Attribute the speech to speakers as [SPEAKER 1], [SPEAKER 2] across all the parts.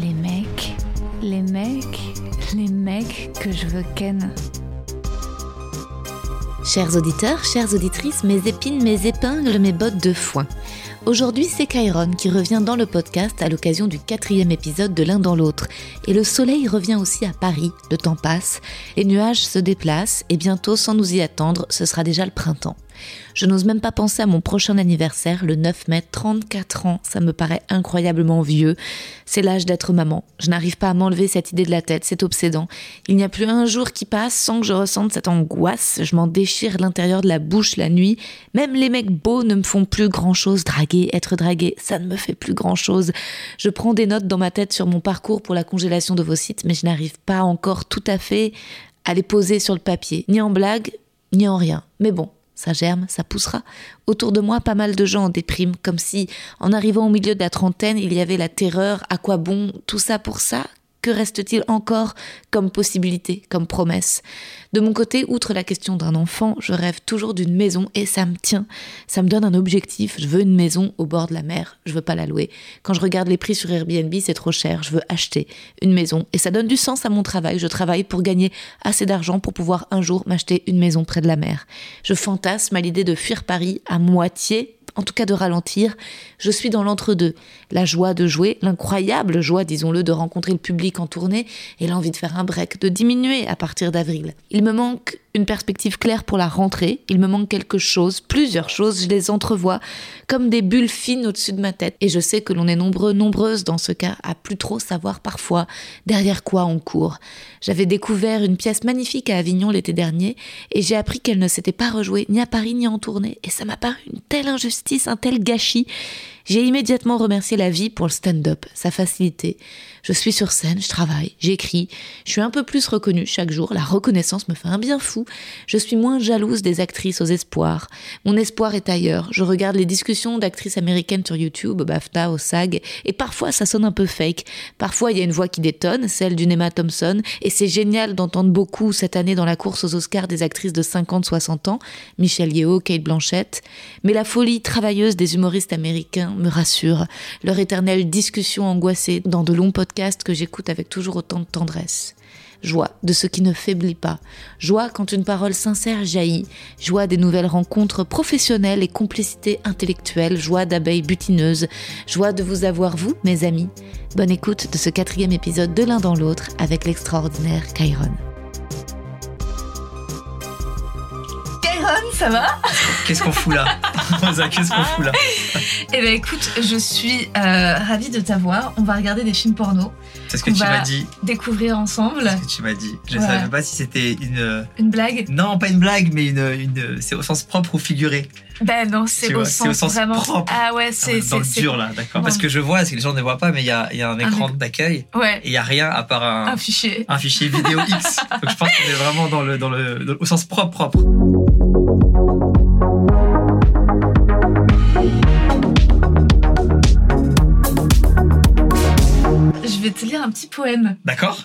[SPEAKER 1] Les mecs, les mecs, les mecs que je veux ken. Chers auditeurs, chères auditrices, mes épines, mes épingles, mes bottes de foin. Aujourd'hui, c'est Kyron qui revient dans le podcast à l'occasion du quatrième épisode de l'un dans l'autre. Et le soleil revient aussi à Paris, le temps passe, les nuages se déplacent, et bientôt, sans nous y attendre, ce sera déjà le printemps. Je n'ose même pas penser à mon prochain anniversaire, le 9 mai, 34 ans, ça me paraît incroyablement vieux. C'est l'âge d'être maman. Je n'arrive pas à m'enlever cette idée de la tête, c'est obsédant. Il n'y a plus un jour qui passe sans que je ressente cette angoisse, je m'en déchire l'intérieur de la bouche la nuit. Même les mecs beaux ne me font plus grand-chose, draguer, être dragué, ça ne me fait plus grand-chose. Je prends des notes dans ma tête sur mon parcours pour la congélation de vos sites, mais je n'arrive pas encore tout à fait à les poser sur le papier, ni en blague, ni en rien. Mais bon, ça germe, ça poussera. Autour de moi, pas mal de gens en dépriment, comme si, en arrivant au milieu de la trentaine, il y avait la terreur, à quoi bon, tout ça pour ça Que reste-t-il encore comme possibilité, comme promesse De mon côté, outre la question d'un enfant, je rêve toujours d'une maison et ça me tient. Ça me donne un objectif, je veux une maison au bord de la mer, je veux pas la louer. Quand je regarde les prix sur Airbnb, c'est trop cher, je veux acheter une maison et ça donne du sens à mon travail. Je travaille pour gagner assez d'argent pour pouvoir un jour m'acheter une maison près de la mer. Je fantasme à l'idée de fuir Paris à moitié, en tout cas de ralentir. Je suis dans l'entre-deux. La joie de jouer, l'incroyable joie, disons-le, de rencontrer le public en tournée et l'envie de faire un break, de diminuer à partir d'avril. Il me manque une perspective claire pour la rentrée. Il me manque quelque chose, plusieurs choses, je les entrevois comme des bulles fines au-dessus de ma tête. Et je sais que l'on est nombreux, nombreuses dans ce cas, à plus trop savoir parfois derrière quoi on court. J'avais découvert une pièce magnifique à Avignon l'été dernier et j'ai appris qu'elle ne s'était pas rejouée ni à Paris ni en tournée. Et ça m'a paru une telle injustice, un tel gâchis. J'ai immédiatement remercié la vie pour le stand-up, sa facilité. Je suis sur scène, je travaille, j'écris, je suis un peu plus reconnue chaque jour, la reconnaissance me fait un bien fou, je suis moins jalouse des actrices aux espoirs. Mon espoir est ailleurs, je regarde les discussions d'actrices américaines sur YouTube, au BAFTA, au SAG, et parfois ça sonne un peu fake. Parfois il y a une voix qui détonne, celle d'une Emma Thompson, et c'est génial d'entendre beaucoup cette année dans la course aux Oscars des actrices de 50-60 ans, Michelle Yeoh, Kate Blanchett. Mais la folie travailleuse des humoristes américains me rassure, leur éternelle discussion angoissée dans de longs podcasts que j'écoute avec toujours autant de tendresse. Joie de ce qui ne faiblit pas, joie quand une parole sincère jaillit, joie des nouvelles rencontres professionnelles et complicité intellectuelle, joie d'abeilles butineuses, joie de vous avoir, vous, mes amis. Bonne écoute de ce quatrième épisode de l'un dans l'autre avec l'extraordinaire Kyron.
[SPEAKER 2] Kairon, ça va
[SPEAKER 3] Qu'est-ce qu'on fout là Rosa, qu'est-ce qu'on fout là
[SPEAKER 2] Eh ben écoute, je suis euh, ravie de t'avoir. On va regarder des films porno,
[SPEAKER 3] C'est ce que
[SPEAKER 2] On
[SPEAKER 3] tu
[SPEAKER 2] va-
[SPEAKER 3] m'as dit.
[SPEAKER 2] découvrir ensemble.
[SPEAKER 3] C'est ce que tu m'as dit. Je ne
[SPEAKER 2] Bah, Ouais.
[SPEAKER 3] savais pas si c'était une.
[SPEAKER 2] Une blague
[SPEAKER 3] Non, pas une blague, mais une. une... C'est au sens propre ou figuré.
[SPEAKER 2] Ben non, c'est
[SPEAKER 3] Tu
[SPEAKER 2] au,
[SPEAKER 3] vois, c'est au
[SPEAKER 2] sens
[SPEAKER 3] sens
[SPEAKER 2] vraiment.
[SPEAKER 3] propre.
[SPEAKER 2] Ah ouais, c'est
[SPEAKER 3] Dans
[SPEAKER 2] c'est-
[SPEAKER 3] le dur là, d'accord Parce que je vois, c'est que les gens ne voient pas, mais il y a, il y a un écran d'accueil
[SPEAKER 2] c'est- Ouais,
[SPEAKER 3] et il n'y a rien à part un,
[SPEAKER 2] un fichier.
[SPEAKER 3] un fichier vidéo X. Donc je pense qu'on est vraiment dans le, dans le, dans- au sens propre, propre.
[SPEAKER 2] Je vais te lire un petit poème.
[SPEAKER 3] D'accord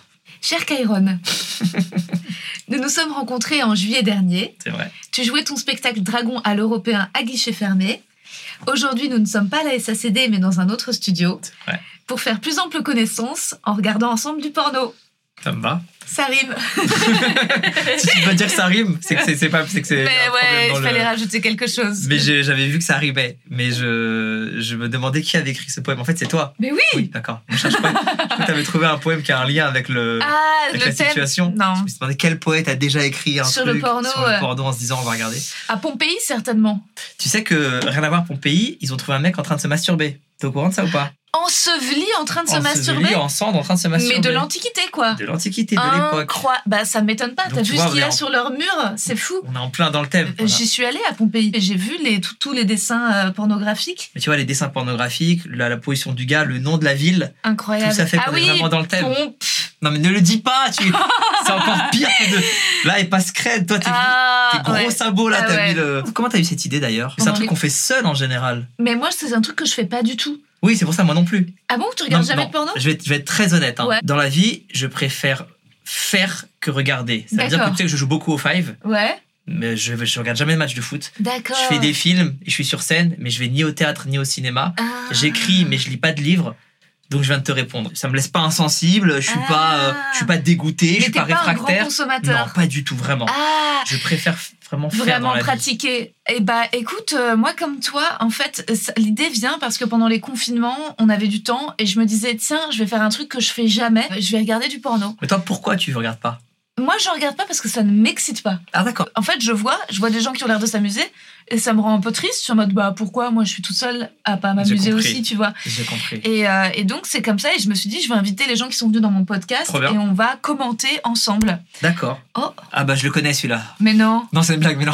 [SPEAKER 2] Cher Kairon, nous nous sommes rencontrés en juillet dernier.
[SPEAKER 3] C'est vrai.
[SPEAKER 2] Tu jouais ton spectacle Dragon à l'européen à guichet fermé. Aujourd'hui, nous ne sommes pas à la SACD, mais dans un autre studio.
[SPEAKER 3] vrai.
[SPEAKER 2] Pour faire plus ample connaissance en regardant ensemble du porno.
[SPEAKER 3] Ça me va.
[SPEAKER 2] Ça rime.
[SPEAKER 3] si tu peux dire que ça rime, c'est que c'est- c'est pas. C'est que
[SPEAKER 2] Mais
[SPEAKER 3] c'est. un problème
[SPEAKER 2] Ben ouais,
[SPEAKER 3] dans
[SPEAKER 2] il
[SPEAKER 3] le-
[SPEAKER 2] fallait rajouter quelque chose.
[SPEAKER 3] Mais j'ai- j'avais vu que ça rimait. Mais je, je me demandais qui avait écrit ce poème. En fait, c'est toi.
[SPEAKER 2] Mais oui,
[SPEAKER 3] Oui, d'accord. Je cherche pas. Je crois que t'avais trouvé un poème qui a un lien avec le.
[SPEAKER 2] Ah,
[SPEAKER 3] euh, avec
[SPEAKER 2] le
[SPEAKER 3] la
[SPEAKER 2] thème
[SPEAKER 3] situation.
[SPEAKER 2] Non.
[SPEAKER 3] Je me suis demandé quel poète a déjà écrit un
[SPEAKER 2] Sur le
[SPEAKER 3] truc
[SPEAKER 2] porno, euh.
[SPEAKER 3] sur le
[SPEAKER 2] ouais.
[SPEAKER 3] porno en se disant on va regarder.
[SPEAKER 2] à Pompéi certainement.
[SPEAKER 3] Tu sais que rien à voir Pompéi, ils ont trouvé un mec en train de se masturber. T'es au courant de ça ou pas
[SPEAKER 2] Enseveli en train de se
[SPEAKER 3] Enseveli
[SPEAKER 2] masturber,
[SPEAKER 3] en cendre, en train de se masturber.
[SPEAKER 2] mais de l'antiquité quoi.
[SPEAKER 3] De l'antiquité, de l'époque.
[SPEAKER 2] Incroyable. Bah ça m'étonne pas.
[SPEAKER 3] Donc,
[SPEAKER 2] T'as
[SPEAKER 3] tu
[SPEAKER 2] vu
[SPEAKER 3] vois,
[SPEAKER 2] ce qu'il y a
[SPEAKER 3] on est en-
[SPEAKER 2] sur leur mur C'est fou.
[SPEAKER 3] On est en plein dans le thème. voilà.
[SPEAKER 2] J'y suis allée à Pompéi. J'ai vu les, tous- tous les dessins euh, pornographiques.
[SPEAKER 3] Mais tu vois, les dessins pornographiques, la, la position du gars, le nom de la ville,
[SPEAKER 2] Incroyable.
[SPEAKER 3] tout ça fait qu'on
[SPEAKER 2] ah
[SPEAKER 3] est
[SPEAKER 2] oui,
[SPEAKER 3] vraiment dans le thème.
[SPEAKER 2] Pompe.
[SPEAKER 3] Non, mais ne le dis pas, tu... c'est encore pire que de. Là, et pas scred, toi, t'es.
[SPEAKER 2] Ah,
[SPEAKER 3] Tes gros
[SPEAKER 2] ouais.
[SPEAKER 3] sabots là,
[SPEAKER 2] Ah
[SPEAKER 3] t'as
[SPEAKER 2] ouais.
[SPEAKER 3] mis le. Comment t'as eu cette idée d'ailleurs C'est un
[SPEAKER 2] Comment
[SPEAKER 3] truc
[SPEAKER 2] on est-
[SPEAKER 3] qu'on fait seul en général.
[SPEAKER 2] Mais moi, c'est un truc que je fais pas du tout.
[SPEAKER 3] Oui, c'est pour ça moi non plus.
[SPEAKER 2] Ah bon, tu regardes
[SPEAKER 3] Non,
[SPEAKER 2] jamais
[SPEAKER 3] non.
[SPEAKER 2] de porno
[SPEAKER 3] je vais, être- je vais être très honnête. hein.
[SPEAKER 2] Ouais.
[SPEAKER 3] Dans la vie, je préfère faire que regarder. Ça veut dire que
[SPEAKER 2] D'accord.
[SPEAKER 3] tu sais que je joue beaucoup au five,
[SPEAKER 2] Ouais,
[SPEAKER 3] mais je, je regarde jamais de match de foot.
[SPEAKER 2] d'accord.
[SPEAKER 3] Je fais des films et je suis sur scène, mais je vais ni au théâtre ni au cinéma.
[SPEAKER 2] Ah.
[SPEAKER 3] J'écris, mais je lis pas de livres. Donc je viens de te répondre. Ça me laisse pas insensible. Je suis
[SPEAKER 2] Ah.
[SPEAKER 3] pas, euh, je suis pas dégoûté. je
[SPEAKER 2] Mais
[SPEAKER 3] suis
[SPEAKER 2] t'es
[SPEAKER 3] pas
[SPEAKER 2] pas, un grand
[SPEAKER 3] réfractaire.
[SPEAKER 2] consommateur.
[SPEAKER 3] Non, pas du tout vraiment.
[SPEAKER 2] Ah,
[SPEAKER 3] Je préfère f- vraiment faire dans
[SPEAKER 2] vraiment
[SPEAKER 3] la vie.
[SPEAKER 2] pratiquer. Eh bah, écoute, euh, moi comme toi, en fait, euh, ça- l'idée vient parce que pendant les confinements, on avait du temps et je me disais tiens, je vais faire un truc que je fais jamais. Euh, Je vais regarder du porno.
[SPEAKER 3] Mais toi, pourquoi tu regardes pas
[SPEAKER 2] Moi, je regarde pas parce que ça ne m'excite pas.
[SPEAKER 3] Ah d'accord.
[SPEAKER 2] En fait, je vois, je vois des gens qui ont l'air de s'amuser et ça me rend un peu triste. Je suis en mode bah pourquoi moi je suis toute seule à pas m'amuser
[SPEAKER 3] compris.
[SPEAKER 2] aussi, tu vois.
[SPEAKER 3] J'ai compris.
[SPEAKER 2] Et, euh, et donc c'est comme ça et je me suis dit je vais inviter les gens qui sont venus dans mon podcast
[SPEAKER 3] Trop bien.
[SPEAKER 2] et on va commenter ensemble.
[SPEAKER 3] D'accord.
[SPEAKER 2] Oh.
[SPEAKER 3] Ah bah je le connais celui-là.
[SPEAKER 2] Mais non.
[SPEAKER 3] Non, c'est une blague, mais non.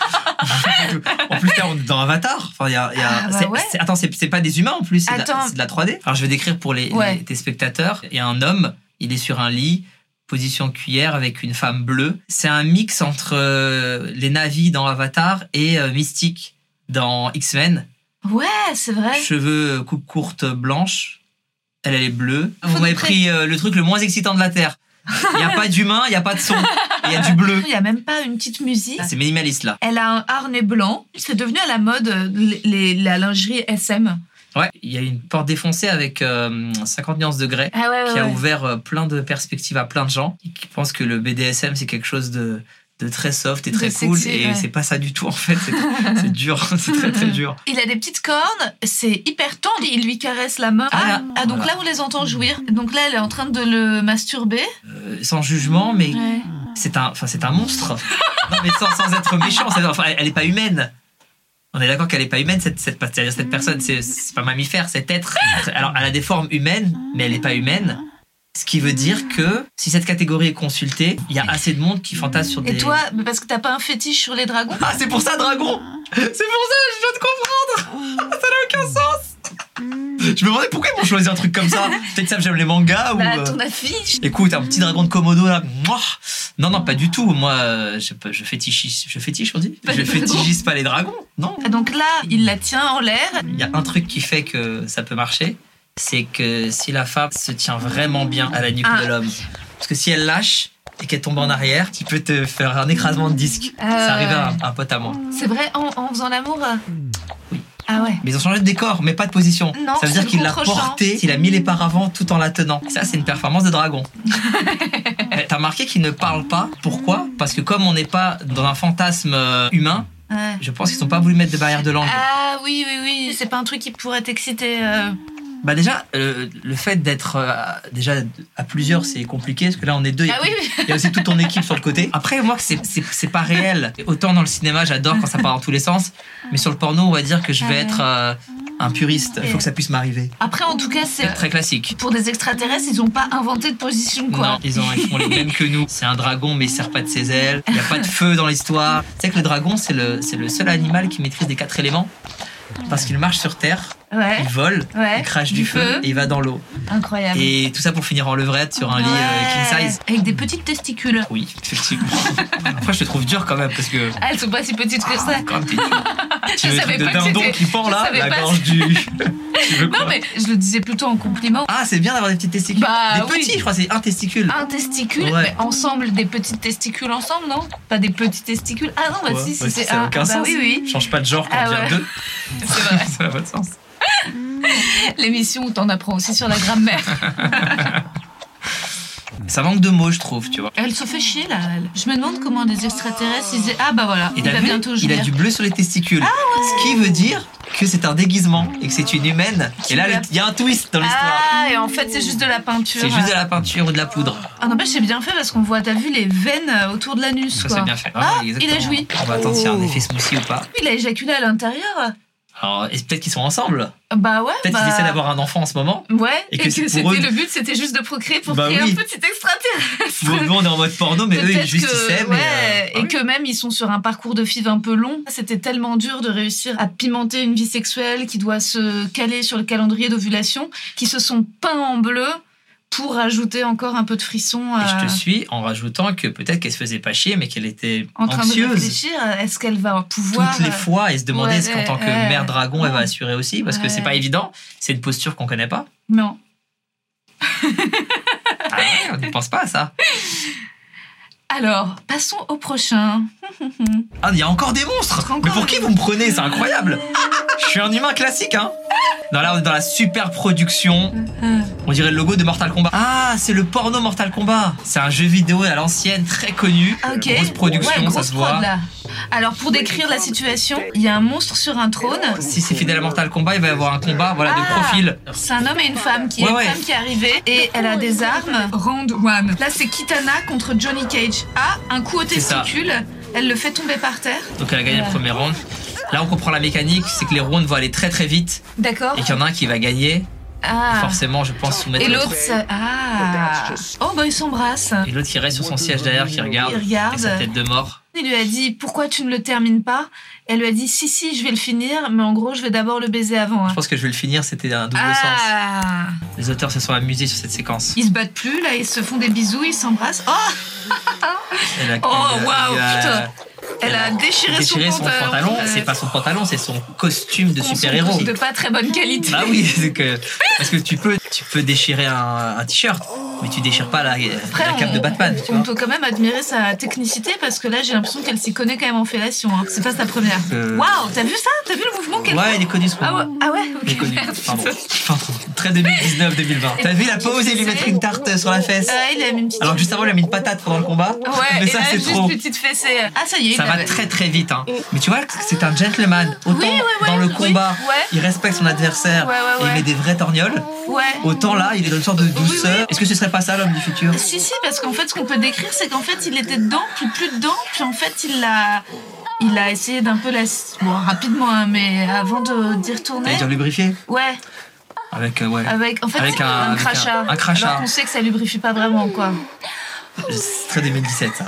[SPEAKER 3] en plus, là, on est dans Avatar. Enfin, il y a, il y a-
[SPEAKER 2] Ah, bah
[SPEAKER 3] c'est-
[SPEAKER 2] ouais.
[SPEAKER 3] c'est- attends, c'est c'est pas des humains en plus, c'est de, la-
[SPEAKER 2] Attends.
[SPEAKER 3] c'est de la 3D. Alors, je vais décrire pour les,
[SPEAKER 2] Ouais.
[SPEAKER 3] les- tes spectateurs. Il y a un homme, il est sur un lit, position cuillère avec une femme bleue. C'est un mix entre euh, les navis dans Avatar et euh, Mystique dans X-Men.
[SPEAKER 2] Ouais, Ah, c'est vrai.
[SPEAKER 3] Cheveux euh, coupe courte blanche. Elle, elle est bleue.
[SPEAKER 2] Faut
[SPEAKER 3] Vous
[SPEAKER 2] nous
[SPEAKER 3] m'avez
[SPEAKER 2] pré-
[SPEAKER 3] pris euh, le truc le moins excitant de la Terre. Il n'y a pas d'humain, il n'y a pas de son. Et Il y a du bleu. Ah,
[SPEAKER 2] Il n'y a même pas une petite musique.
[SPEAKER 3] C'est minimaliste là.
[SPEAKER 2] Elle a un harnais blanc. C'est devenu à la mode euh, les- les- la lingerie SM.
[SPEAKER 3] Ouais, il y a une porte défoncée avec euh, 50 nuances de grès
[SPEAKER 2] Ah ouais,
[SPEAKER 3] qui a ouvert euh, plein de perspectives à plein de gens et qui pensent que le BDSM c'est quelque chose de, de très soft et
[SPEAKER 2] De
[SPEAKER 3] très
[SPEAKER 2] sexy,
[SPEAKER 3] cool et
[SPEAKER 2] ouais.
[SPEAKER 3] c'est pas ça du tout en fait, c'est c'est dur, c'est très très dur.
[SPEAKER 2] Il a des petites cornes, c'est hyper tendre, il lui caresse la main.
[SPEAKER 3] Ah,
[SPEAKER 2] Ah,
[SPEAKER 3] là.
[SPEAKER 2] ah, donc
[SPEAKER 3] Voilà.
[SPEAKER 2] là on les entend jouir. Donc là elle est en train de le masturber.
[SPEAKER 3] Euh, sans jugement mais
[SPEAKER 2] Ouais.
[SPEAKER 3] c'est un enfin c'est un monstre. non mais sans, sans être méchant, c'est- enfin elle, elle est pas humaine. On est d'accord qu'elle est pas humaine cette cette c'est-à-dire
[SPEAKER 2] Mm.
[SPEAKER 3] cette personne c'est c'est pas un mammifère, cet être. Alors elle a des formes humaines mais elle est pas humaine. Ce qui veut dire que si cette catégorie est consultée, il y a assez de monde qui fantasme sur des.
[SPEAKER 2] Et toi, mais parce que t'as pas un fétiche sur les dragons
[SPEAKER 3] Ah, c'est pour ça, dragon C'est pour ça, je viens de comprendre
[SPEAKER 2] Oh.
[SPEAKER 3] Ça n'a aucun
[SPEAKER 2] Mm.
[SPEAKER 3] sens Je me demandais pourquoi ils m'ont choisi un truc comme ça. Peut-être ça, j'aime les mangas ou.
[SPEAKER 2] Bah,
[SPEAKER 3] euh,
[SPEAKER 2] ton affiche
[SPEAKER 3] Écoute, un petit dragon de Komodo là. Mouah non, non, pas du tout. Moi, euh, je, je fétichise. Je fétiche, on dit
[SPEAKER 2] Pas
[SPEAKER 3] Je
[SPEAKER 2] les dragons.
[SPEAKER 3] fétichise pas les dragons. Non.
[SPEAKER 2] Ah, Donc là, il la tient en l'air.
[SPEAKER 3] Il y a un truc qui fait que ça peut marcher. C'est que si la femme se tient vraiment bien à la nuque
[SPEAKER 2] Ah.
[SPEAKER 3] de l'homme. Parce que si elle lâche et qu'elle tombe en arrière, tu peux te faire un écrasement de disque.
[SPEAKER 2] Euh.
[SPEAKER 3] Ça arrivait à un- à un pote à moi.
[SPEAKER 2] C'est vrai, en, en faisant l'amour euh
[SPEAKER 3] Oui.
[SPEAKER 2] Ah ouais.
[SPEAKER 3] Mais ils ont changé de décor, mais pas de position.
[SPEAKER 2] Non,
[SPEAKER 3] ça veut dire
[SPEAKER 2] c'est
[SPEAKER 3] qu'il
[SPEAKER 2] le
[SPEAKER 3] l'a
[SPEAKER 2] contre-champ.
[SPEAKER 3] porté, il a mis les paravents tout en la tenant. Ça, c'est une performance de dragon. Eh, T'as remarqué qu'il ne parle pas. Pourquoi Parce que comme on n'est pas dans un fantasme euh, humain,
[SPEAKER 2] ouais.
[SPEAKER 3] je pense qu'ils n'ont pas voulu mettre de barrière de langue.
[SPEAKER 2] Ah oui, oui, oui. C'est pas un truc qui pourrait t'exciter. euh.
[SPEAKER 3] Bah déjà, euh, le fait d'être euh, déjà à plusieurs, c'est compliqué parce que là, on est deux. il y a
[SPEAKER 2] Ah oui, oui.
[SPEAKER 3] Il y a aussi toute ton équipe sur le côté. Après, moi, c'est- c'est c'est pas réel. Autant dans le cinéma, j'adore quand ça part dans tous les sens. Mais sur le porno, on va dire que
[SPEAKER 2] Ah
[SPEAKER 3] je vais être euh, un puriste. Il faut que ça puisse m'arriver.
[SPEAKER 2] Après, en tout cas, c'est.
[SPEAKER 3] Très classique.
[SPEAKER 2] Pour des extraterrestres, ils ont pas inventé de position, quoi.
[SPEAKER 3] Non, ils, ont, ils font les mêmes que nous. C'est un dragon, mais il sert pas de ses ailes. Il n'y a pas de feu dans l'histoire. Tu sais que le dragon, c'est le, c'est le seul animal qui maîtrise les quatre éléments. Parce qu'il marche sur terre,
[SPEAKER 2] Ouais,
[SPEAKER 3] il vole,
[SPEAKER 2] ouais.
[SPEAKER 3] il crache du feu et il va dans l'eau.
[SPEAKER 2] Incroyable.
[SPEAKER 3] Et tout ça pour finir en levrette sur un lit euh,
[SPEAKER 2] Ouais.
[SPEAKER 3] king size.
[SPEAKER 2] Avec des petites testicules.
[SPEAKER 3] Oui, effectivement. Après, je te trouve dur quand même parce que.
[SPEAKER 2] Ah, elles sont pas si petites que ça.
[SPEAKER 3] Quand même, t'es dur. Ah,
[SPEAKER 2] Je
[SPEAKER 3] Tu veux le
[SPEAKER 2] savais
[SPEAKER 3] truc de
[SPEAKER 2] pas que
[SPEAKER 3] dindon
[SPEAKER 2] c'était-
[SPEAKER 3] qui pend
[SPEAKER 2] je
[SPEAKER 3] là,
[SPEAKER 2] savais
[SPEAKER 3] la
[SPEAKER 2] pas.
[SPEAKER 3] gorge du. tu veux quoi
[SPEAKER 2] Non, mais je le disais plutôt en compliment.
[SPEAKER 3] Ah, c'est bien d'avoir des petits testicules.
[SPEAKER 2] Bah,
[SPEAKER 3] des
[SPEAKER 2] oui. Ah,
[SPEAKER 3] petits, je crois, c'est un testicule.
[SPEAKER 2] Un testicule,
[SPEAKER 3] Ouais.
[SPEAKER 2] mais ensemble, des petites testicules ensemble, non Pas des petits testicules. Ah non, bah
[SPEAKER 3] Ouais,
[SPEAKER 2] si, si,
[SPEAKER 3] bah,
[SPEAKER 2] c'est
[SPEAKER 3] ça a
[SPEAKER 2] un.
[SPEAKER 3] aucun
[SPEAKER 2] bah
[SPEAKER 3] sens.
[SPEAKER 2] oui, oui.
[SPEAKER 3] Change pas de genre quand
[SPEAKER 2] Ah
[SPEAKER 3] on
[SPEAKER 2] ouais.
[SPEAKER 3] vient deux.
[SPEAKER 2] C'est vrai.
[SPEAKER 3] Ça n'a pas de sens.
[SPEAKER 2] L'émission où t'en apprends aussi sur la grammaire.
[SPEAKER 3] Mm. Ça manque de mots, je trouve, tu vois.
[SPEAKER 2] Elle se fait chier là. elle. Je me demande comment les extraterrestres ils disaient Ah bah voilà,
[SPEAKER 3] Et
[SPEAKER 2] il
[SPEAKER 3] t'as
[SPEAKER 2] va
[SPEAKER 3] vu,
[SPEAKER 2] bientôt
[SPEAKER 3] il a
[SPEAKER 2] jouir. Ah
[SPEAKER 3] du bleu sur les testicules. Ce qui veut dire que c'est un déguisement et que c'est une humaine. Et là,
[SPEAKER 2] l'a-
[SPEAKER 3] le- il y a un twist dans l'histoire.
[SPEAKER 2] Ah, et en fait, c'est juste de la peinture.
[SPEAKER 3] C'est juste de la peinture ou de la poudre.
[SPEAKER 2] Ah, n'empêche, c'est bien fait parce qu'on voit, t'as vu les veines euh, autour de l'anus.
[SPEAKER 3] Ça,
[SPEAKER 2] quoi.
[SPEAKER 3] Bah, c'est bien fait.
[SPEAKER 2] Ah,
[SPEAKER 3] Ouais,
[SPEAKER 2] il a
[SPEAKER 3] exactement.
[SPEAKER 2] joui. Oh.
[SPEAKER 3] On va attendre s'il y a un effet smoothie ou pas.
[SPEAKER 2] Il a éjaculé à l'intérieur.
[SPEAKER 3] Alors, et peut-être qu'ils sont ensemble.
[SPEAKER 2] Bah ouais.
[SPEAKER 3] Peut-être
[SPEAKER 2] bah...
[SPEAKER 3] qu'ils essaient d'avoir un enfant en ce moment.
[SPEAKER 2] Ouais,
[SPEAKER 3] Et
[SPEAKER 2] et
[SPEAKER 3] que
[SPEAKER 2] que,
[SPEAKER 3] c'est pour
[SPEAKER 2] c'était
[SPEAKER 3] eux-
[SPEAKER 2] le but, c'était juste de procréer pour
[SPEAKER 3] Bah
[SPEAKER 2] créer
[SPEAKER 3] oui.
[SPEAKER 2] un petit extraterrestre.
[SPEAKER 3] Nous, nous, on est en mode porno, mais eux, ils
[SPEAKER 2] Peut-être
[SPEAKER 3] juste
[SPEAKER 2] que-
[SPEAKER 3] ils s'aiment.
[SPEAKER 2] ouais,
[SPEAKER 3] et, euh,
[SPEAKER 2] et que même ils sont sur un parcours de FIV un peu long. C'était tellement dur de réussir à pimenter une vie sexuelle qui doit se caler sur le calendrier d'ovulation, qui se sont peints en bleu pour ajouter encore un peu de frisson. euh,
[SPEAKER 3] Et je
[SPEAKER 2] à-
[SPEAKER 3] te suis en rajoutant que peut-être qu'elle se faisait pas chier, mais qu'elle était
[SPEAKER 2] En train de
[SPEAKER 3] anxieuse
[SPEAKER 2] réfléchir, est-ce qu'elle va pouvoir.
[SPEAKER 3] toutes les fois et se demandait
[SPEAKER 2] euh, Ouais,
[SPEAKER 3] est-ce qu'en tant que
[SPEAKER 2] ouais.
[SPEAKER 3] mère dragon, elle va assurer aussi Parce que c'est
[SPEAKER 2] Ouais.
[SPEAKER 3] pas évident, c'est une posture qu'on connaît pas.
[SPEAKER 2] Non.
[SPEAKER 3] Ah ouais, on ne pense pas à ça.
[SPEAKER 2] Alors, passons au prochain.
[SPEAKER 3] Ah, il y a encore des monstres
[SPEAKER 2] Encore
[SPEAKER 3] Mais pour
[SPEAKER 2] des
[SPEAKER 3] qui vous me prenez C'est incroyable Je suis un humain classique, hein Non, là, on est dans la super production.
[SPEAKER 2] Euh,
[SPEAKER 3] On dirait le logo de Mortal Kombat. Ah, c'est le porno Mortal Kombat C'est un jeu vidéo à l'ancienne, très connu.
[SPEAKER 2] Ah, Ok.
[SPEAKER 3] Grosse production,
[SPEAKER 2] Ouais,
[SPEAKER 3] ça
[SPEAKER 2] grosse
[SPEAKER 3] se
[SPEAKER 2] prod,
[SPEAKER 3] voit.
[SPEAKER 2] là. Alors, pour décrire la situation, il y a un monstre sur un trône.
[SPEAKER 3] Si c'est fidèle à Mortal Kombat, il va y avoir un combat voilà, de
[SPEAKER 2] Ah.
[SPEAKER 3] profil.
[SPEAKER 2] C'est un homme et une femme qui
[SPEAKER 3] Ouais,
[SPEAKER 2] est
[SPEAKER 3] ouais.
[SPEAKER 2] une femme qui est arrivée et elle a des armes. Round one. Là, c'est Kitana contre Johnny Cage. Ah, un coup au
[SPEAKER 3] C'est ça.
[SPEAKER 2] testicule. Elle le fait tomber par terre.
[SPEAKER 3] Donc elle a gagné le
[SPEAKER 2] Ouais.
[SPEAKER 3] premier round. Là, on comprend la mécanique, c'est que les rounds vont aller très très vite
[SPEAKER 2] D'accord.
[SPEAKER 3] et qu'il y en a un qui va gagner.
[SPEAKER 2] Ah.
[SPEAKER 3] Forcément, je pense soumettre
[SPEAKER 2] Et l'autre, ça- ah. Oh, bah, ils s'embrassent.
[SPEAKER 3] Et l'autre qui reste sur son siège derrière, qui regarde.
[SPEAKER 2] Il regarde.
[SPEAKER 3] Et sa tête de mort.
[SPEAKER 2] Il lui a dit pourquoi tu ne le termines pas. Elle lui a dit si si je vais le finir mais en gros je vais d'abord le baiser avant. hein.
[SPEAKER 3] Je pense que je vais le finir, c'était un double sens.
[SPEAKER 2] Ah
[SPEAKER 3] Les auteurs se sont amusés sur cette séquence.
[SPEAKER 2] Ils se battent plus là, ils se font des bisous, ils s'embrassent. Oh
[SPEAKER 3] Elle a-
[SPEAKER 2] Oh,
[SPEAKER 3] elle a-
[SPEAKER 2] waouh,
[SPEAKER 3] elle a-
[SPEAKER 2] putain. Elle a déchiré,
[SPEAKER 3] déchiré son
[SPEAKER 2] pantalon.
[SPEAKER 3] pantalon.
[SPEAKER 2] Euh,
[SPEAKER 3] C'est pas son pantalon, c'est son costume de
[SPEAKER 2] qu'on
[SPEAKER 3] super-héros.
[SPEAKER 2] sont De pas très bonne qualité.
[SPEAKER 3] Bah oui, c'est que- parce que tu peux, tu peux déchirer un, un t-shirt, mais tu déchires pas la,
[SPEAKER 2] Après,
[SPEAKER 3] la cape
[SPEAKER 2] on,
[SPEAKER 3] de Batman. Tu
[SPEAKER 2] on
[SPEAKER 3] vois.
[SPEAKER 2] peut quand même admirer sa technicité parce que là j'ai l'impression qu'elle s'y connaît quand même en fellation. hein. C'est pas sa première.
[SPEAKER 3] Euh.
[SPEAKER 2] Waouh, t'as vu ça T'as vu le mouvement qu'elle
[SPEAKER 3] Ouais, il est connu ce
[SPEAKER 2] Ah ouais,
[SPEAKER 3] moment.
[SPEAKER 2] ah ouais, ok.
[SPEAKER 3] Il est connu.
[SPEAKER 2] merde,
[SPEAKER 3] Pardon.
[SPEAKER 2] putain. Euh,
[SPEAKER 3] Pardon. Très 2019-2020. T'as vu la pause et lui mettre une tarte sur la fesse
[SPEAKER 2] Ah, il a mis une petite
[SPEAKER 3] Alors que juste avant, il a mis une patate pendant le combat.
[SPEAKER 2] Ouais, et
[SPEAKER 3] mais ça,
[SPEAKER 2] là,
[SPEAKER 3] c'est
[SPEAKER 2] juste
[SPEAKER 3] trop.
[SPEAKER 2] une petite fessée. Ah, ça y est, il
[SPEAKER 3] Ça va
[SPEAKER 2] l'avait.
[SPEAKER 3] très très vite. hein. Mais tu vois, c'est un gentleman. Autant
[SPEAKER 2] Oui, ouais, ouais,
[SPEAKER 3] dans le
[SPEAKER 2] oui,
[SPEAKER 3] combat,
[SPEAKER 2] ouais.
[SPEAKER 3] il respecte son adversaire
[SPEAKER 2] Ouais, ouais,
[SPEAKER 3] et il
[SPEAKER 2] ouais.
[SPEAKER 3] met des vraies torgnoles.
[SPEAKER 2] Ouais.
[SPEAKER 3] Autant là, il est dans une sorte de douceur.
[SPEAKER 2] oui.
[SPEAKER 3] Est-ce que ce serait pas ça l'homme du futur
[SPEAKER 2] Si, si, parce qu'en fait, ce qu'on peut décrire, c'est qu'en fait, il était dedans, puis plus dedans, puis en fait, il a, il a essayé d'un peu la. Bon, rapidement, hein, mais avant de d'y retourner.
[SPEAKER 3] T'allais dire lubrifié
[SPEAKER 2] Ouais,
[SPEAKER 3] Avec, euh, ouais.
[SPEAKER 2] avec, en fait,
[SPEAKER 3] Avec un-
[SPEAKER 2] un,
[SPEAKER 3] avec un-
[SPEAKER 2] crachat.
[SPEAKER 3] un crachat.
[SPEAKER 2] Alors qu'on sait que ça lubrifie pas vraiment, quoi.
[SPEAKER 3] C'est très 2017, ça.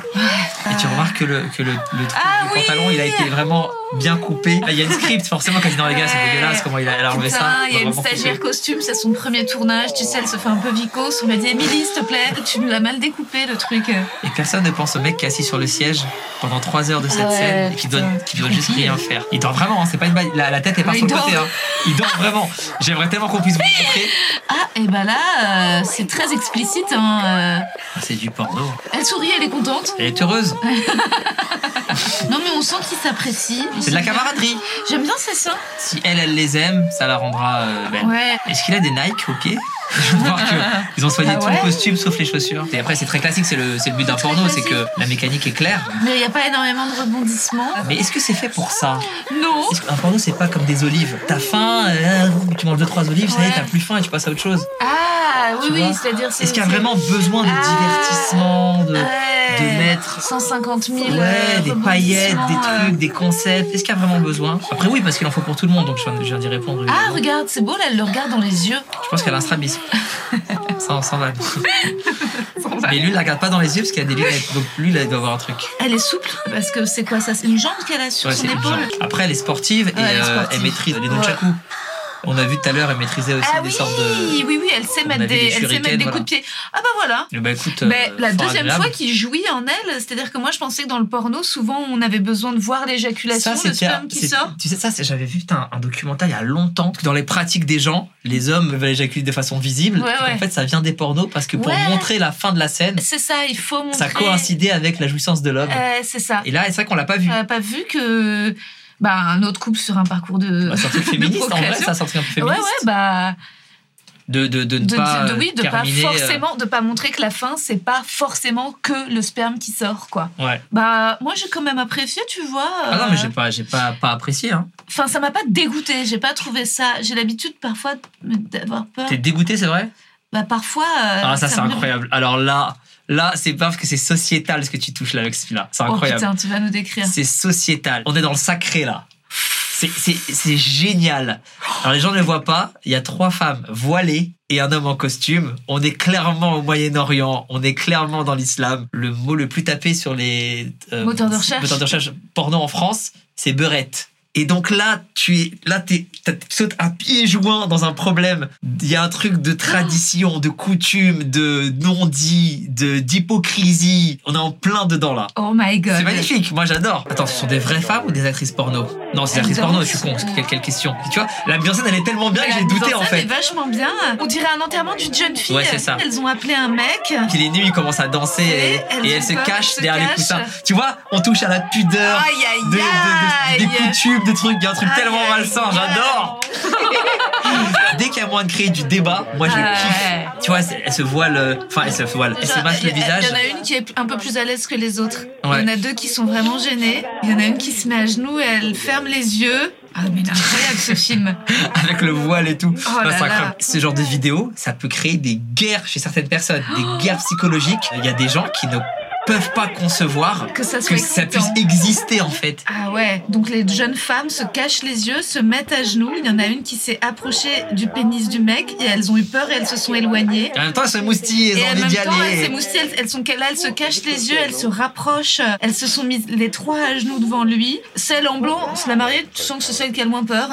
[SPEAKER 3] Et tu remarques que le, que le, le trou
[SPEAKER 2] Ah
[SPEAKER 3] du
[SPEAKER 2] oui
[SPEAKER 3] pantalon, il a été vraiment bien coupé. Ah, Il y a une script, forcément, quand il dit non, les gars, c'est
[SPEAKER 2] Ouais.
[SPEAKER 3] dégueulasse, comment il a, elle a enlevé ça.
[SPEAKER 2] Putain, il y a une
[SPEAKER 3] Vraiment coupé.
[SPEAKER 2] stagiaire costume, c'est son premier tournage, tu sais, elle se fait un peu vicose. On lui a dit, Émilie, s'il te plaît, tu nous l'as mal découpé, le truc.
[SPEAKER 3] Et personne ne pense au mec qui est assis sur le siège pendant 3 heures de cette
[SPEAKER 2] Ah Ouais,
[SPEAKER 3] scène et qui doit,
[SPEAKER 2] putain.
[SPEAKER 3] qui doit juste rien faire. Il dort vraiment, hein, c'est pas une balle. La, la tête est pas
[SPEAKER 2] Ouais,
[SPEAKER 3] sur le
[SPEAKER 2] il
[SPEAKER 3] côté.
[SPEAKER 2] dort.
[SPEAKER 3] hein. Il dort vraiment. J'aimerais tellement qu'on puisse vous le montrer.
[SPEAKER 2] Ah, et bah là, euh, c'est très explicite, hein. euh.
[SPEAKER 3] Ah, C'est du porno.
[SPEAKER 2] Elle sourit, elle est contente.
[SPEAKER 3] Elle est heureuse.
[SPEAKER 2] Non, mais on sent qu'ils s'apprécient.
[SPEAKER 3] C'est de la camaraderie.
[SPEAKER 2] J'aime bien, c'est ça.
[SPEAKER 3] Si elle, elle les aime, ça la rendra euh, belle.
[SPEAKER 2] Ouais.
[SPEAKER 3] Est-ce qu'il a des Nike au pied Je vois qu'ils ont soigné
[SPEAKER 2] Ah
[SPEAKER 3] tout le
[SPEAKER 2] ouais
[SPEAKER 3] costume sauf les chaussures. Et après, c'est très classique, c'est le, c'est le but d'un porno, c'est que la mécanique est claire.
[SPEAKER 2] Mais il n'y a pas énormément de rebondissements.
[SPEAKER 3] Mais est-ce que c'est fait pour ça
[SPEAKER 2] Non.
[SPEAKER 3] Est-ce qu'un porno, c'est pas comme des olives T'as faim, euh, tu manges deux trois olives, ça y est,
[SPEAKER 2] Ouais.
[SPEAKER 3] t'as plus faim et tu passes à autre chose.
[SPEAKER 2] Ah, oui,
[SPEAKER 3] Tu vois
[SPEAKER 2] oui, c'est-à-dire. c'est-
[SPEAKER 3] Est-ce qu'il y a
[SPEAKER 2] c'est-
[SPEAKER 3] vraiment besoin de
[SPEAKER 2] Ah.
[SPEAKER 3] divertissement, de,
[SPEAKER 2] Ouais.
[SPEAKER 3] de mettre
[SPEAKER 2] 150 000. euh,
[SPEAKER 3] ouais, des paillettes, des
[SPEAKER 2] rebondissements,
[SPEAKER 3] trucs,
[SPEAKER 2] euh.
[SPEAKER 3] des concepts Est-ce qu'il y a vraiment besoin Après, oui, parce qu'il en faut pour tout le monde, donc je viens- je viens d'y répondre.
[SPEAKER 2] Ah,
[SPEAKER 3] évidemment.
[SPEAKER 2] regarde, c'est beau, là, elle le regarde dans les yeux.
[SPEAKER 3] Je pense qu'elle a un strabisme. ça, on s'en va. Mais lui, il la regarde pas dans les yeux parce qu'il a des lunettes, donc lui, là, il doit avoir un truc.
[SPEAKER 2] Elle est souple, parce que c'est quoi ça C'est une jambe qu'elle a sur
[SPEAKER 3] Ouais,
[SPEAKER 2] son
[SPEAKER 3] c'est une
[SPEAKER 2] épaule.
[SPEAKER 3] jambe. Après, elle est sportive et
[SPEAKER 2] Ouais, elle est
[SPEAKER 3] euh,
[SPEAKER 2] sportive.
[SPEAKER 3] elle maîtrise les
[SPEAKER 2] Ouais.
[SPEAKER 3] nunchaku. On a vu tout à l'heure, elle maîtrisait aussi
[SPEAKER 2] Ah
[SPEAKER 3] des
[SPEAKER 2] oui,
[SPEAKER 3] sortes de.
[SPEAKER 2] oui, oui, elle sait
[SPEAKER 3] On
[SPEAKER 2] mettre
[SPEAKER 3] avait des
[SPEAKER 2] des, elle sait
[SPEAKER 3] shurikens,
[SPEAKER 2] mettre des
[SPEAKER 3] voilà.
[SPEAKER 2] coups de pied. Ah bah voilà.
[SPEAKER 3] Bah écoute,
[SPEAKER 2] Ben,
[SPEAKER 3] euh,
[SPEAKER 2] la
[SPEAKER 3] fort
[SPEAKER 2] deuxième
[SPEAKER 3] agréable.
[SPEAKER 2] fois qu'il jouit en elle, c'est-à-dire que moi je pensais que dans le porno, souvent on avait besoin de voir l'éjaculation, le
[SPEAKER 3] c'était-
[SPEAKER 2] sperme qui
[SPEAKER 3] c'est-
[SPEAKER 2] sort.
[SPEAKER 3] Tu sais, ça, c'est- j'avais vu putain, un, documentaire il y a longtemps. Parce que dans les pratiques des gens, les hommes veulent éjaculer de façon visible.
[SPEAKER 2] Ouais,
[SPEAKER 3] Et En
[SPEAKER 2] ouais.
[SPEAKER 3] fait, ça vient des pornos parce que pour
[SPEAKER 2] Ouais.
[SPEAKER 3] montrer la fin de la scène,
[SPEAKER 2] C'est ça, il faut montrer.
[SPEAKER 3] ça coïncidait avec la jouissance de l'homme.
[SPEAKER 2] Euh, c'est ça.
[SPEAKER 3] Et là, c'est vrai qu'on l'a pas vu.
[SPEAKER 2] T'as pas vu que bah, un autre couple sur un parcours de.
[SPEAKER 3] Bah, sortie
[SPEAKER 2] de
[SPEAKER 3] féministe, en vrai,
[SPEAKER 2] procréation.
[SPEAKER 3] ça sortie un peu
[SPEAKER 2] Ouais,
[SPEAKER 3] féministe.
[SPEAKER 2] ouais, bah.
[SPEAKER 3] de, de, de ne
[SPEAKER 2] de,
[SPEAKER 3] pas
[SPEAKER 2] de- de- oui, de pas
[SPEAKER 3] terminer, euh,
[SPEAKER 2] forcément, de pas montrer que la fin c'est pas forcément que le sperme qui sort quoi.
[SPEAKER 3] ouais.
[SPEAKER 2] Bah moi j'ai quand même apprécié, tu vois.
[SPEAKER 3] Ah non,
[SPEAKER 2] euh,
[SPEAKER 3] mais j'ai pas, j'ai pas, pas apprécié. Hein.
[SPEAKER 2] Enfin ça m'a pas dégoûté, j'ai pas trouvé ça. J'ai l'habitude parfois d'avoir peur.
[SPEAKER 3] T'es dégoûté, c'est vrai
[SPEAKER 2] Bah parfois. euh,
[SPEAKER 3] Ah, ça, c'est
[SPEAKER 2] Ah. me-
[SPEAKER 3] incroyable. Alors là, là, c'est pas parce que c'est sociétal ce que tu touches là avec ce film-là. C'est
[SPEAKER 2] Oh
[SPEAKER 3] incroyable.
[SPEAKER 2] putain, tu vas nous décrire.
[SPEAKER 3] c'est sociétal. On est dans le sacré là. C'est- C'est c'est génial. Alors les gens ne le voient pas, il y a trois femmes voilées et un homme en costume. On est clairement au Moyen-Orient, on est clairement dans l'islam. Le mot le plus tapé sur les euh,
[SPEAKER 2] Moteurs de recherche.
[SPEAKER 3] moteurs de recherche porno en France, c'est beurette. Et donc là, tu es là, t'es- t'as- tu sautes à pieds joints dans un problème. Il y a un truc de tradition, de coutume, de non-dit, de d'hypocrisie. On est en plein dedans là.
[SPEAKER 2] Oh my god.
[SPEAKER 3] C'est magnifique, moi j'adore. Attends, ce sont des vraies femmes ou des actrices porno Non, c'est des actrices porno, je suis con, quelle, quelle question. Tu vois, la mise en scène elle est tellement bien que
[SPEAKER 2] La
[SPEAKER 3] j'ai
[SPEAKER 2] mise
[SPEAKER 3] douté
[SPEAKER 2] en
[SPEAKER 3] en
[SPEAKER 2] scène est
[SPEAKER 3] fait.
[SPEAKER 2] vachement bien. On dirait un enterrement d'une jeune fille.
[SPEAKER 3] Ouais, c'est ça.
[SPEAKER 2] Elles ont appelé un mec.
[SPEAKER 3] Qu'il est nu, il commence à danser et,
[SPEAKER 2] Ouais, elles
[SPEAKER 3] et
[SPEAKER 2] ont
[SPEAKER 3] elle se
[SPEAKER 2] peur,
[SPEAKER 3] cache
[SPEAKER 2] se
[SPEAKER 3] derrière les
[SPEAKER 2] cachent.
[SPEAKER 3] coussins. Tu vois, on touche à la pudeur
[SPEAKER 2] Aïe aïe
[SPEAKER 3] de- de- de- des coutumes, des trucs, il y a un truc
[SPEAKER 2] Aïe,
[SPEAKER 3] tellement
[SPEAKER 2] aïe,
[SPEAKER 3] malsain,
[SPEAKER 2] aïe.
[SPEAKER 3] j'adore. Dès qu'il y a moyen de créer du débat, moi je
[SPEAKER 2] Ouais.
[SPEAKER 3] kiffe. Tu vois, elle elle se voile, euh, enfin elle se voile, elle se
[SPEAKER 2] Genre,
[SPEAKER 3] masse
[SPEAKER 2] il
[SPEAKER 3] le
[SPEAKER 2] y a-
[SPEAKER 3] visage.
[SPEAKER 2] Il y en a une qui est un peu plus à l'aise que les autres.
[SPEAKER 3] Ouais.
[SPEAKER 2] Il y en a deux qui sont vraiment gênées. Il y en a une qui se met à genoux, elle ferme les yeux. Ah, mais il est incroyable ce film.
[SPEAKER 3] avec le voile et tout.
[SPEAKER 2] Oh là
[SPEAKER 3] c'est incroyable.
[SPEAKER 2] là.
[SPEAKER 3] Ce genre de vidéo, ça peut créer des guerres chez certaines personnes,
[SPEAKER 2] Oh.
[SPEAKER 3] des guerres psychologiques. Il y a des gens qui ne peuvent pas concevoir
[SPEAKER 2] Que ça soit
[SPEAKER 3] que ça puisse
[SPEAKER 2] excitant.
[SPEAKER 3] exister en fait.
[SPEAKER 2] Ah ouais, donc les jeunes femmes se cachent les yeux, se mettent à genoux. Il y en a une qui s'est approchée du pénis du mec et elles ont eu peur et elles se sont éloignées.
[SPEAKER 3] Et en même temps, elles sont moustillées,
[SPEAKER 2] Et
[SPEAKER 3] elles ont
[SPEAKER 2] en
[SPEAKER 3] envie
[SPEAKER 2] même
[SPEAKER 3] d'y
[SPEAKER 2] temps, elles,
[SPEAKER 3] aller.
[SPEAKER 2] ces moustilles, elles, elles sont là, elles se cachent les yeux, elles se rapprochent, elles se sont mises les trois à genoux devant lui. Celle en blanc, c'est la mariée, tu sens que c'est celle qui a le moins peur.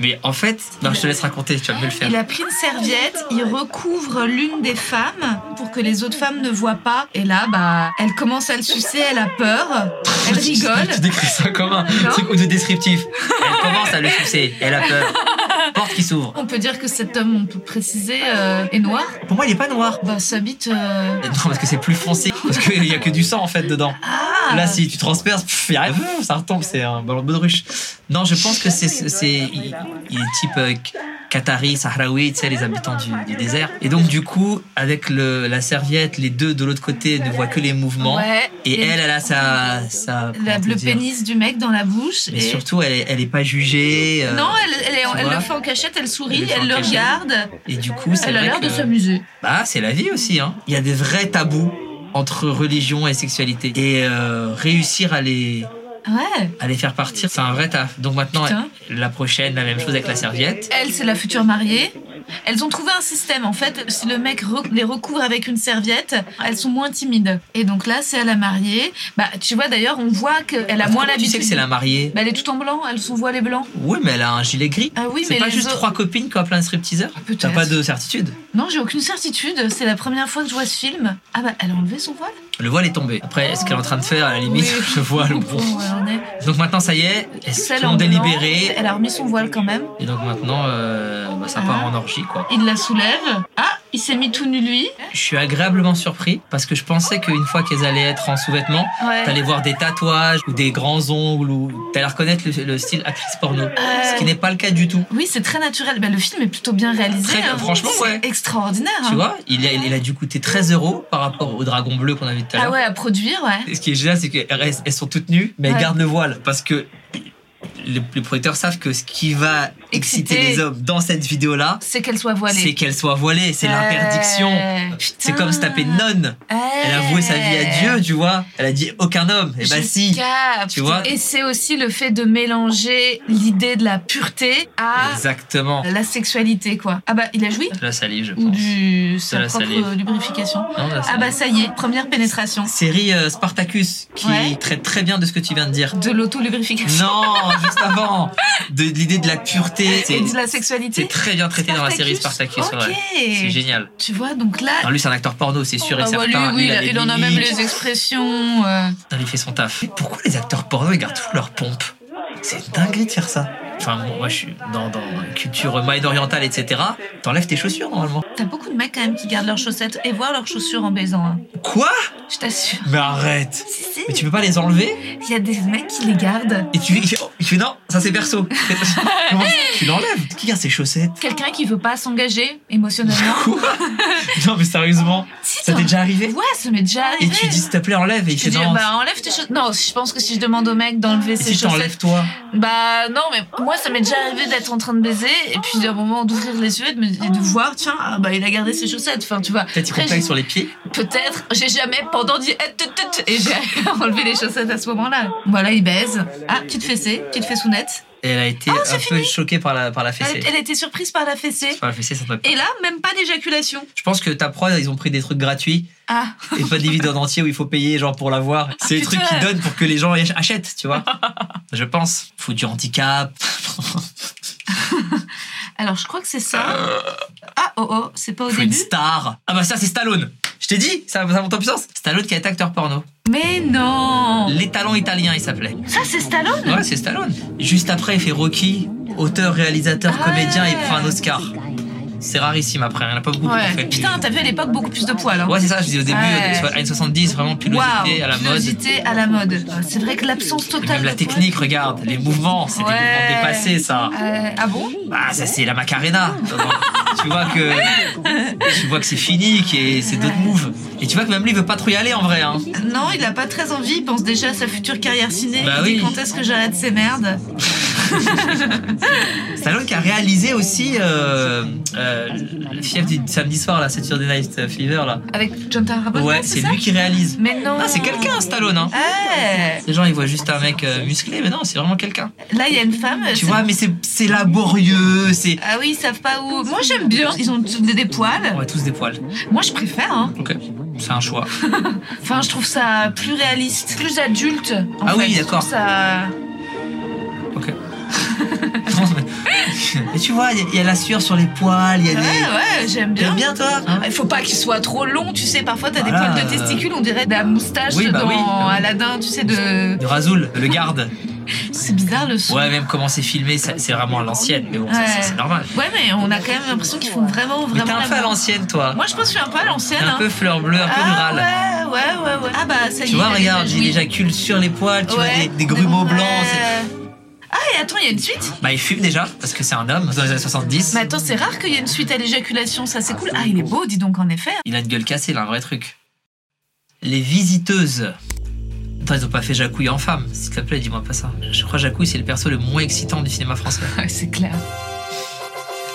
[SPEAKER 3] Mais en fait, non, je te laisse raconter, tu vas mieux le faire.
[SPEAKER 2] Il a pris une serviette, il recouvre l'une des femmes pour que les autres femmes ne voient pas. Et là, bah, elle commence à le sucer, elle a peur, elle rigole.
[SPEAKER 3] Tu décris ça comme un
[SPEAKER 2] Non.
[SPEAKER 3] truc ou de descriptif. Elle commence à le sucer, elle a peur. Porte qui s'ouvre.
[SPEAKER 2] On peut dire que cet homme, on peut préciser, euh, est noir.
[SPEAKER 3] Pour moi, il est pas noir.
[SPEAKER 2] Bah, sa bite. euh,
[SPEAKER 3] Non, parce que c'est plus foncé, parce qu'il y a que du sang en fait dedans.
[SPEAKER 2] Ah
[SPEAKER 3] Là, si tu transperces, pff, y a rien, ça retombe, c'est un ballon de baudruche. Non, je pense que c'est c'est il- il est type euh, Qatari, Sahraoui, tu sais, les habitants du, du désert. Et donc, du coup, avec le, la serviette, les deux de l'autre côté ne voient que les mouvements.
[SPEAKER 2] Ouais.
[SPEAKER 3] Et elle, elle a sa. sa
[SPEAKER 2] la-
[SPEAKER 3] comment te
[SPEAKER 2] le
[SPEAKER 3] dire
[SPEAKER 2] pénis du mec dans la bouche.
[SPEAKER 3] Mais
[SPEAKER 2] et-
[SPEAKER 3] surtout, elle, est- elle est pas jugée. euh,
[SPEAKER 2] Non, elle, elle est en-
[SPEAKER 3] tu
[SPEAKER 2] elle
[SPEAKER 3] vois
[SPEAKER 2] le fait en cachette, elle sourit,
[SPEAKER 3] Elle le fait
[SPEAKER 2] elle,
[SPEAKER 3] en
[SPEAKER 2] le
[SPEAKER 3] cachette.
[SPEAKER 2] regarde.
[SPEAKER 3] Et du coup, c'est
[SPEAKER 2] Elle a
[SPEAKER 3] vrai
[SPEAKER 2] l'air de
[SPEAKER 3] que-
[SPEAKER 2] s'amuser.
[SPEAKER 3] Bah, c'est la vie aussi. Hein. Il y a des vrais tabous entre religion et sexualité. Et euh, réussir à les,
[SPEAKER 2] Ouais.
[SPEAKER 3] à les faire partir, c'est un vrai taf. Donc maintenant,
[SPEAKER 2] Putain.
[SPEAKER 3] la prochaine, la même chose avec la serviette.
[SPEAKER 2] Elle, c'est la future mariée. Elles ont trouvé un système. En fait, si le mec re- les recouvre avec une serviette, elles sont moins timides. Et donc là, c'est à la mariée. Bah, tu vois, d'ailleurs, on voit qu'elle a moins
[SPEAKER 3] Comment tu sais
[SPEAKER 2] l'habitude.
[SPEAKER 3] que c'est la mariée
[SPEAKER 2] Bah, elle est tout en blanc, elles sont voilées blancs.
[SPEAKER 3] Oui, mais elle a un gilet gris.
[SPEAKER 2] Ah oui,
[SPEAKER 3] c'est
[SPEAKER 2] mais
[SPEAKER 3] pas
[SPEAKER 2] les
[SPEAKER 3] juste
[SPEAKER 2] autres- Ah,
[SPEAKER 3] trois copines qui ont appelé un stripteaseur
[SPEAKER 2] Peut-être.
[SPEAKER 3] T'as pas de certitude.
[SPEAKER 2] Non, j'ai aucune certitude. C'est la première fois que je vois ce film. Ah bah, elle a enlevé son voile
[SPEAKER 3] Le voile est tombé. Après, ce qu'elle est en train de faire, à la limite,
[SPEAKER 2] Oui.
[SPEAKER 3] je vois le
[SPEAKER 2] Bon,
[SPEAKER 3] bon.
[SPEAKER 2] ouais, on est.
[SPEAKER 3] Donc maintenant, ça y est, elles
[SPEAKER 2] Celle
[SPEAKER 3] sont
[SPEAKER 2] en blanc,
[SPEAKER 3] délibérées.
[SPEAKER 2] Elle a remis son voile quand même.
[SPEAKER 3] Et donc maintenant, euh, bah, ça
[SPEAKER 2] Ah.
[SPEAKER 3] part en orgie, quoi.
[SPEAKER 2] Il la soulève. Ah, il s'est mis tout nu lui.
[SPEAKER 3] Je suis agréablement surpris parce que je pensais qu'une fois qu'elles allaient être en sous-vêtements,
[SPEAKER 2] Ouais.
[SPEAKER 3] t'allais voir des tatouages ou des grands ongles ou t'allais reconnaître le, le style actrice porno. Ce qui n'est pas le cas du tout.
[SPEAKER 2] Oui, c'est très naturel. Bah, le film est plutôt bien réalisé. hein.
[SPEAKER 3] Très bien, franchement,
[SPEAKER 2] C'est
[SPEAKER 3] ouais.
[SPEAKER 2] Extraordinaire. hein.
[SPEAKER 3] Tu vois, il a, il a dû coûter 13 euros par rapport au dragon bleu qu'on avait tout à l'heure.
[SPEAKER 2] Ah ouais, à produire, ouais.
[SPEAKER 3] Et Ce qui est génial, c'est qu'elles elles sont toutes nues, mais elles
[SPEAKER 2] Ouais.
[SPEAKER 3] gardent le voile parce que les, les producteurs savent que ce qui va exciter,
[SPEAKER 2] Exciter.
[SPEAKER 3] les hommes dans cette vidéo-là,
[SPEAKER 2] C'est qu'elle soit voilée.
[SPEAKER 3] c'est qu'elles soient voilées, c'est l'interdiction. C'est comme se taper nonne. Elle a voué sa vie à Dieu, tu vois. Elle a dit aucun homme. Et bah si. Tu vois.
[SPEAKER 2] Et c'est aussi le fait de mélanger l'idée de la pureté à
[SPEAKER 3] Exactement.
[SPEAKER 2] la sexualité, quoi. Ah bah, il a joui
[SPEAKER 3] De la salive, je
[SPEAKER 2] Ou
[SPEAKER 3] pense.
[SPEAKER 2] du sa
[SPEAKER 3] De la
[SPEAKER 2] propre
[SPEAKER 3] salive.
[SPEAKER 2] lubrification
[SPEAKER 3] Non, de la
[SPEAKER 2] Ah
[SPEAKER 3] salive.
[SPEAKER 2] bah, ça y est, première pénétration.
[SPEAKER 3] Série euh, Spartacus qui
[SPEAKER 2] Ouais.
[SPEAKER 3] traite très bien de ce que tu viens de dire.
[SPEAKER 2] De l'auto-lubrification.
[SPEAKER 3] Non, juste avant. De de l'idée de la pureté.
[SPEAKER 2] Et
[SPEAKER 3] C'est
[SPEAKER 2] de la
[SPEAKER 3] c'est
[SPEAKER 2] sexualité.
[SPEAKER 3] très bien traité dans la série Spartacus.
[SPEAKER 2] Ok.
[SPEAKER 3] ouais. C'est génial.
[SPEAKER 2] Tu vois, donc là,
[SPEAKER 3] Alors lui, c'est un acteur porno, c'est sûr et
[SPEAKER 2] Ah bah, lui,
[SPEAKER 3] certain.
[SPEAKER 2] oui, il,
[SPEAKER 3] a
[SPEAKER 2] a-
[SPEAKER 3] des
[SPEAKER 2] il en a même
[SPEAKER 3] mimiques.
[SPEAKER 2] les expressions. euh.
[SPEAKER 3] Putain, Il fait son taf. Mais pourquoi les acteurs porno, ils gardent toujours leur pompe C'est dingue de faire ça. Enfin, bon, moi, je suis dans, dans la culture maïd orientale, etc. T'enlèves tes chaussures, normalement.
[SPEAKER 2] T'as beaucoup de mecs quand même qui gardent leurs chaussettes et voient leurs chaussures en baisant. hein.
[SPEAKER 3] Quoi
[SPEAKER 2] Je t'assure.
[SPEAKER 3] Mais arrête
[SPEAKER 2] Si, si.
[SPEAKER 3] Mais tu peux pas les enlever
[SPEAKER 2] Il y a des mecs qui les gardent.
[SPEAKER 3] Et tu il fait, oh, il fait, non, ça c'est perso. Comment ça tu l'enlèves Qui garde ses chaussettes
[SPEAKER 2] Quelqu'un qui veut pas s'engager émotionnellement.
[SPEAKER 3] Quoi Non, mais sérieusement,
[SPEAKER 2] Si,
[SPEAKER 3] ça
[SPEAKER 2] toi.
[SPEAKER 3] t'est déjà arrivé
[SPEAKER 2] Ouais, ça m'est déjà
[SPEAKER 3] Et
[SPEAKER 2] arrivé.
[SPEAKER 3] tu dis s'il te plaît, enlève. Et il
[SPEAKER 2] Tu
[SPEAKER 3] fait
[SPEAKER 2] dis,
[SPEAKER 3] non.
[SPEAKER 2] bah enlève tes chaussettes. Non, je pense que si je demande au mec d'enlever
[SPEAKER 3] Et
[SPEAKER 2] ses
[SPEAKER 3] si
[SPEAKER 2] chaussettes,
[SPEAKER 3] t'enlèves toi
[SPEAKER 2] Bah non, mais moi ça m'est déjà arrivé d'être en train de baiser et puis d'un moment d'ouvrir les yeux et de, me- et de voir, tiens, ah, bah il a gardé ses chaussettes. Enfin, tu vois.
[SPEAKER 3] Peut-être il
[SPEAKER 2] Après,
[SPEAKER 3] contacte
[SPEAKER 2] j'ai-
[SPEAKER 3] sur les pieds.
[SPEAKER 2] Peut-être, j'ai jamais pendant dit Eh, tut, tut, tut et j'ai enlevé les chaussettes à ce moment-là. Voilà, il baise. Ah, petite fessée, petite fessounette.
[SPEAKER 3] Et elle a été
[SPEAKER 2] Ah, c'est
[SPEAKER 3] un peu choquée par la, par la fessée.
[SPEAKER 2] Elle, elle était surprise par la fessée.
[SPEAKER 3] Par la fessée, ça doit-
[SPEAKER 2] Et là, même pas d'éjaculation.
[SPEAKER 3] Je pense que ta prod, ils ont pris des trucs gratuits
[SPEAKER 2] Ah,
[SPEAKER 3] et pas des vidéos en entier où il faut payer genre pour l'avoir. C'est les trucs
[SPEAKER 2] putain.
[SPEAKER 3] qu'ils donnent pour que les gens y ach- achètent, tu vois. Je pense. Faut du handicap.
[SPEAKER 2] alors je crois que c'est ça. Ah, oh oh, c'est pas au
[SPEAKER 3] Euh. Faut une
[SPEAKER 2] début.
[SPEAKER 3] star. Ah bah ça, c'est Stallone. Je t'ai dit, ça, ça monte en puissance. Stallone qui est acteur porno.
[SPEAKER 2] Mais non
[SPEAKER 3] Les talents italiens, il s'appelait.
[SPEAKER 2] Ça, c'est Stallone
[SPEAKER 3] Ouais, c'est Stallone. Juste après, il fait Rocky, auteur, réalisateur,
[SPEAKER 2] Ah.
[SPEAKER 3] comédien, il prend un Oscar. C'est rarissime après, il n'y en a pas beaucoup qui l'ont
[SPEAKER 2] Ouais.
[SPEAKER 3] fait.
[SPEAKER 2] Putain, t'as vu à l'époque beaucoup plus de poils. Hein.
[SPEAKER 3] Ouais, c'est ça, je dis au début,
[SPEAKER 2] Ouais.
[SPEAKER 3] euh, années 70, vraiment pilosité
[SPEAKER 2] Waouh,
[SPEAKER 3] à la mode.
[SPEAKER 2] pilosité à la mode. C'est vrai que l'absence
[SPEAKER 3] Et
[SPEAKER 2] totale.
[SPEAKER 3] même la
[SPEAKER 2] de
[SPEAKER 3] technique, regarde, les mouvements, c'est des
[SPEAKER 2] Ouais.
[SPEAKER 3] mouvements dépassés, ça.
[SPEAKER 2] poils. Euh, ah bon
[SPEAKER 3] Ah, ça, c'est la Macarena. tu vois que, tu vois que c'est fini, que c'est d'autres moves. Et tu vois que même lui, il veut pas trop y aller en vrai, hein.
[SPEAKER 2] Non, il a pas très envie. Il pense déjà à sa future carrière ciné.
[SPEAKER 3] Bah
[SPEAKER 2] il dit
[SPEAKER 3] oui.
[SPEAKER 2] Quand est-ce que j'arrête ces merdes
[SPEAKER 3] Stallone qui a réalisé aussi, euh, euh, le fief du samedi soir, là, Saturday Night Fever, là.
[SPEAKER 2] Avec John Travolta.
[SPEAKER 3] Ouais,
[SPEAKER 2] c'est
[SPEAKER 3] c'est
[SPEAKER 2] ça
[SPEAKER 3] lui qui réalise.
[SPEAKER 2] Mais Ah. non.
[SPEAKER 3] Ah, c'est quelqu'un, Stallone. Hein.
[SPEAKER 2] Ouais.
[SPEAKER 3] Les gens, ils voient juste un mec euh, musclé, mais non, c'est vraiment quelqu'un.
[SPEAKER 2] Là, il y a une femme.
[SPEAKER 3] Tu
[SPEAKER 2] c'est-
[SPEAKER 3] vois, mais c'est c'est laborieux, c'est.
[SPEAKER 2] Ah oui, ils savent pas où. Moi, j'aime bien. Ils ont tous des, des poils.
[SPEAKER 3] On a tous des poils.
[SPEAKER 2] Moi, je préfère. hein.
[SPEAKER 3] Ok. C'est un choix.
[SPEAKER 2] Enfin, je trouve ça plus réaliste, plus adulte. en
[SPEAKER 3] Ah
[SPEAKER 2] fait.
[SPEAKER 3] oui,
[SPEAKER 2] Je
[SPEAKER 3] d'accord.
[SPEAKER 2] trouve Ça...
[SPEAKER 3] Ok. Non, mais- mais tu vois, il y a- il y, a la sueur sur les poils, il y a
[SPEAKER 2] Ouais,
[SPEAKER 3] des.
[SPEAKER 2] ouais, j'aime bien. Ah
[SPEAKER 3] T'aimes bien, toi hein
[SPEAKER 2] Il faut pas qu'il soit trop long, tu sais. Parfois, t'as
[SPEAKER 3] Voilà,
[SPEAKER 2] des poils de
[SPEAKER 3] euh,
[SPEAKER 2] testicules, on dirait de la moustache
[SPEAKER 3] oui, bah
[SPEAKER 2] dans
[SPEAKER 3] oui.
[SPEAKER 2] Aladdin, tu sais. De...
[SPEAKER 3] De Razoul, le garde.
[SPEAKER 2] C'est bizarre le son.
[SPEAKER 3] Ouais, même comment c'est filmé, ça- c'est vraiment à l'ancienne. Mais bon, ça, ça, c'est normal.
[SPEAKER 2] Ouais, mais on a quand même l'impression qu'ils font vraiment,
[SPEAKER 3] Mais
[SPEAKER 2] vraiment.
[SPEAKER 3] t'es un
[SPEAKER 2] la
[SPEAKER 3] peu à
[SPEAKER 2] mode.
[SPEAKER 3] l'ancienne, toi.
[SPEAKER 2] Moi, je pense que je suis un peu à l'ancienne.
[SPEAKER 3] T'es un
[SPEAKER 2] hein.
[SPEAKER 3] peu fleur bleue, un peu
[SPEAKER 2] ah,
[SPEAKER 3] rurale.
[SPEAKER 2] ouais, ouais, ouais, ouais. Ah bah, ça y est.
[SPEAKER 3] Tu vois,
[SPEAKER 2] il a
[SPEAKER 3] regarde,
[SPEAKER 2] déjà
[SPEAKER 3] il
[SPEAKER 2] joui.
[SPEAKER 3] éjacule sur les poils, tu vois,
[SPEAKER 2] Ouais.
[SPEAKER 3] des, des grumeaux
[SPEAKER 2] Ouais.
[SPEAKER 3] blancs. c'est-
[SPEAKER 2] Ah, et attends, il y a une suite
[SPEAKER 3] Bah, il fume déjà, parce que c'est un homme, dans les années 70.
[SPEAKER 2] Mais attends, c'est rare qu'il y ait une suite à l'éjaculation, ça c'est cool. Ah, il est beau, dis donc, en effet.
[SPEAKER 3] Il a une gueule cassée, il a un vrai truc. Les visiteuses. Attends, ils ont pas fait Jacouille en femme, s'il te plaît, dis-moi pas ça. Je crois que Jacouille, c'est le perso le moins excitant du cinéma français.
[SPEAKER 2] Ouais, c'est clair.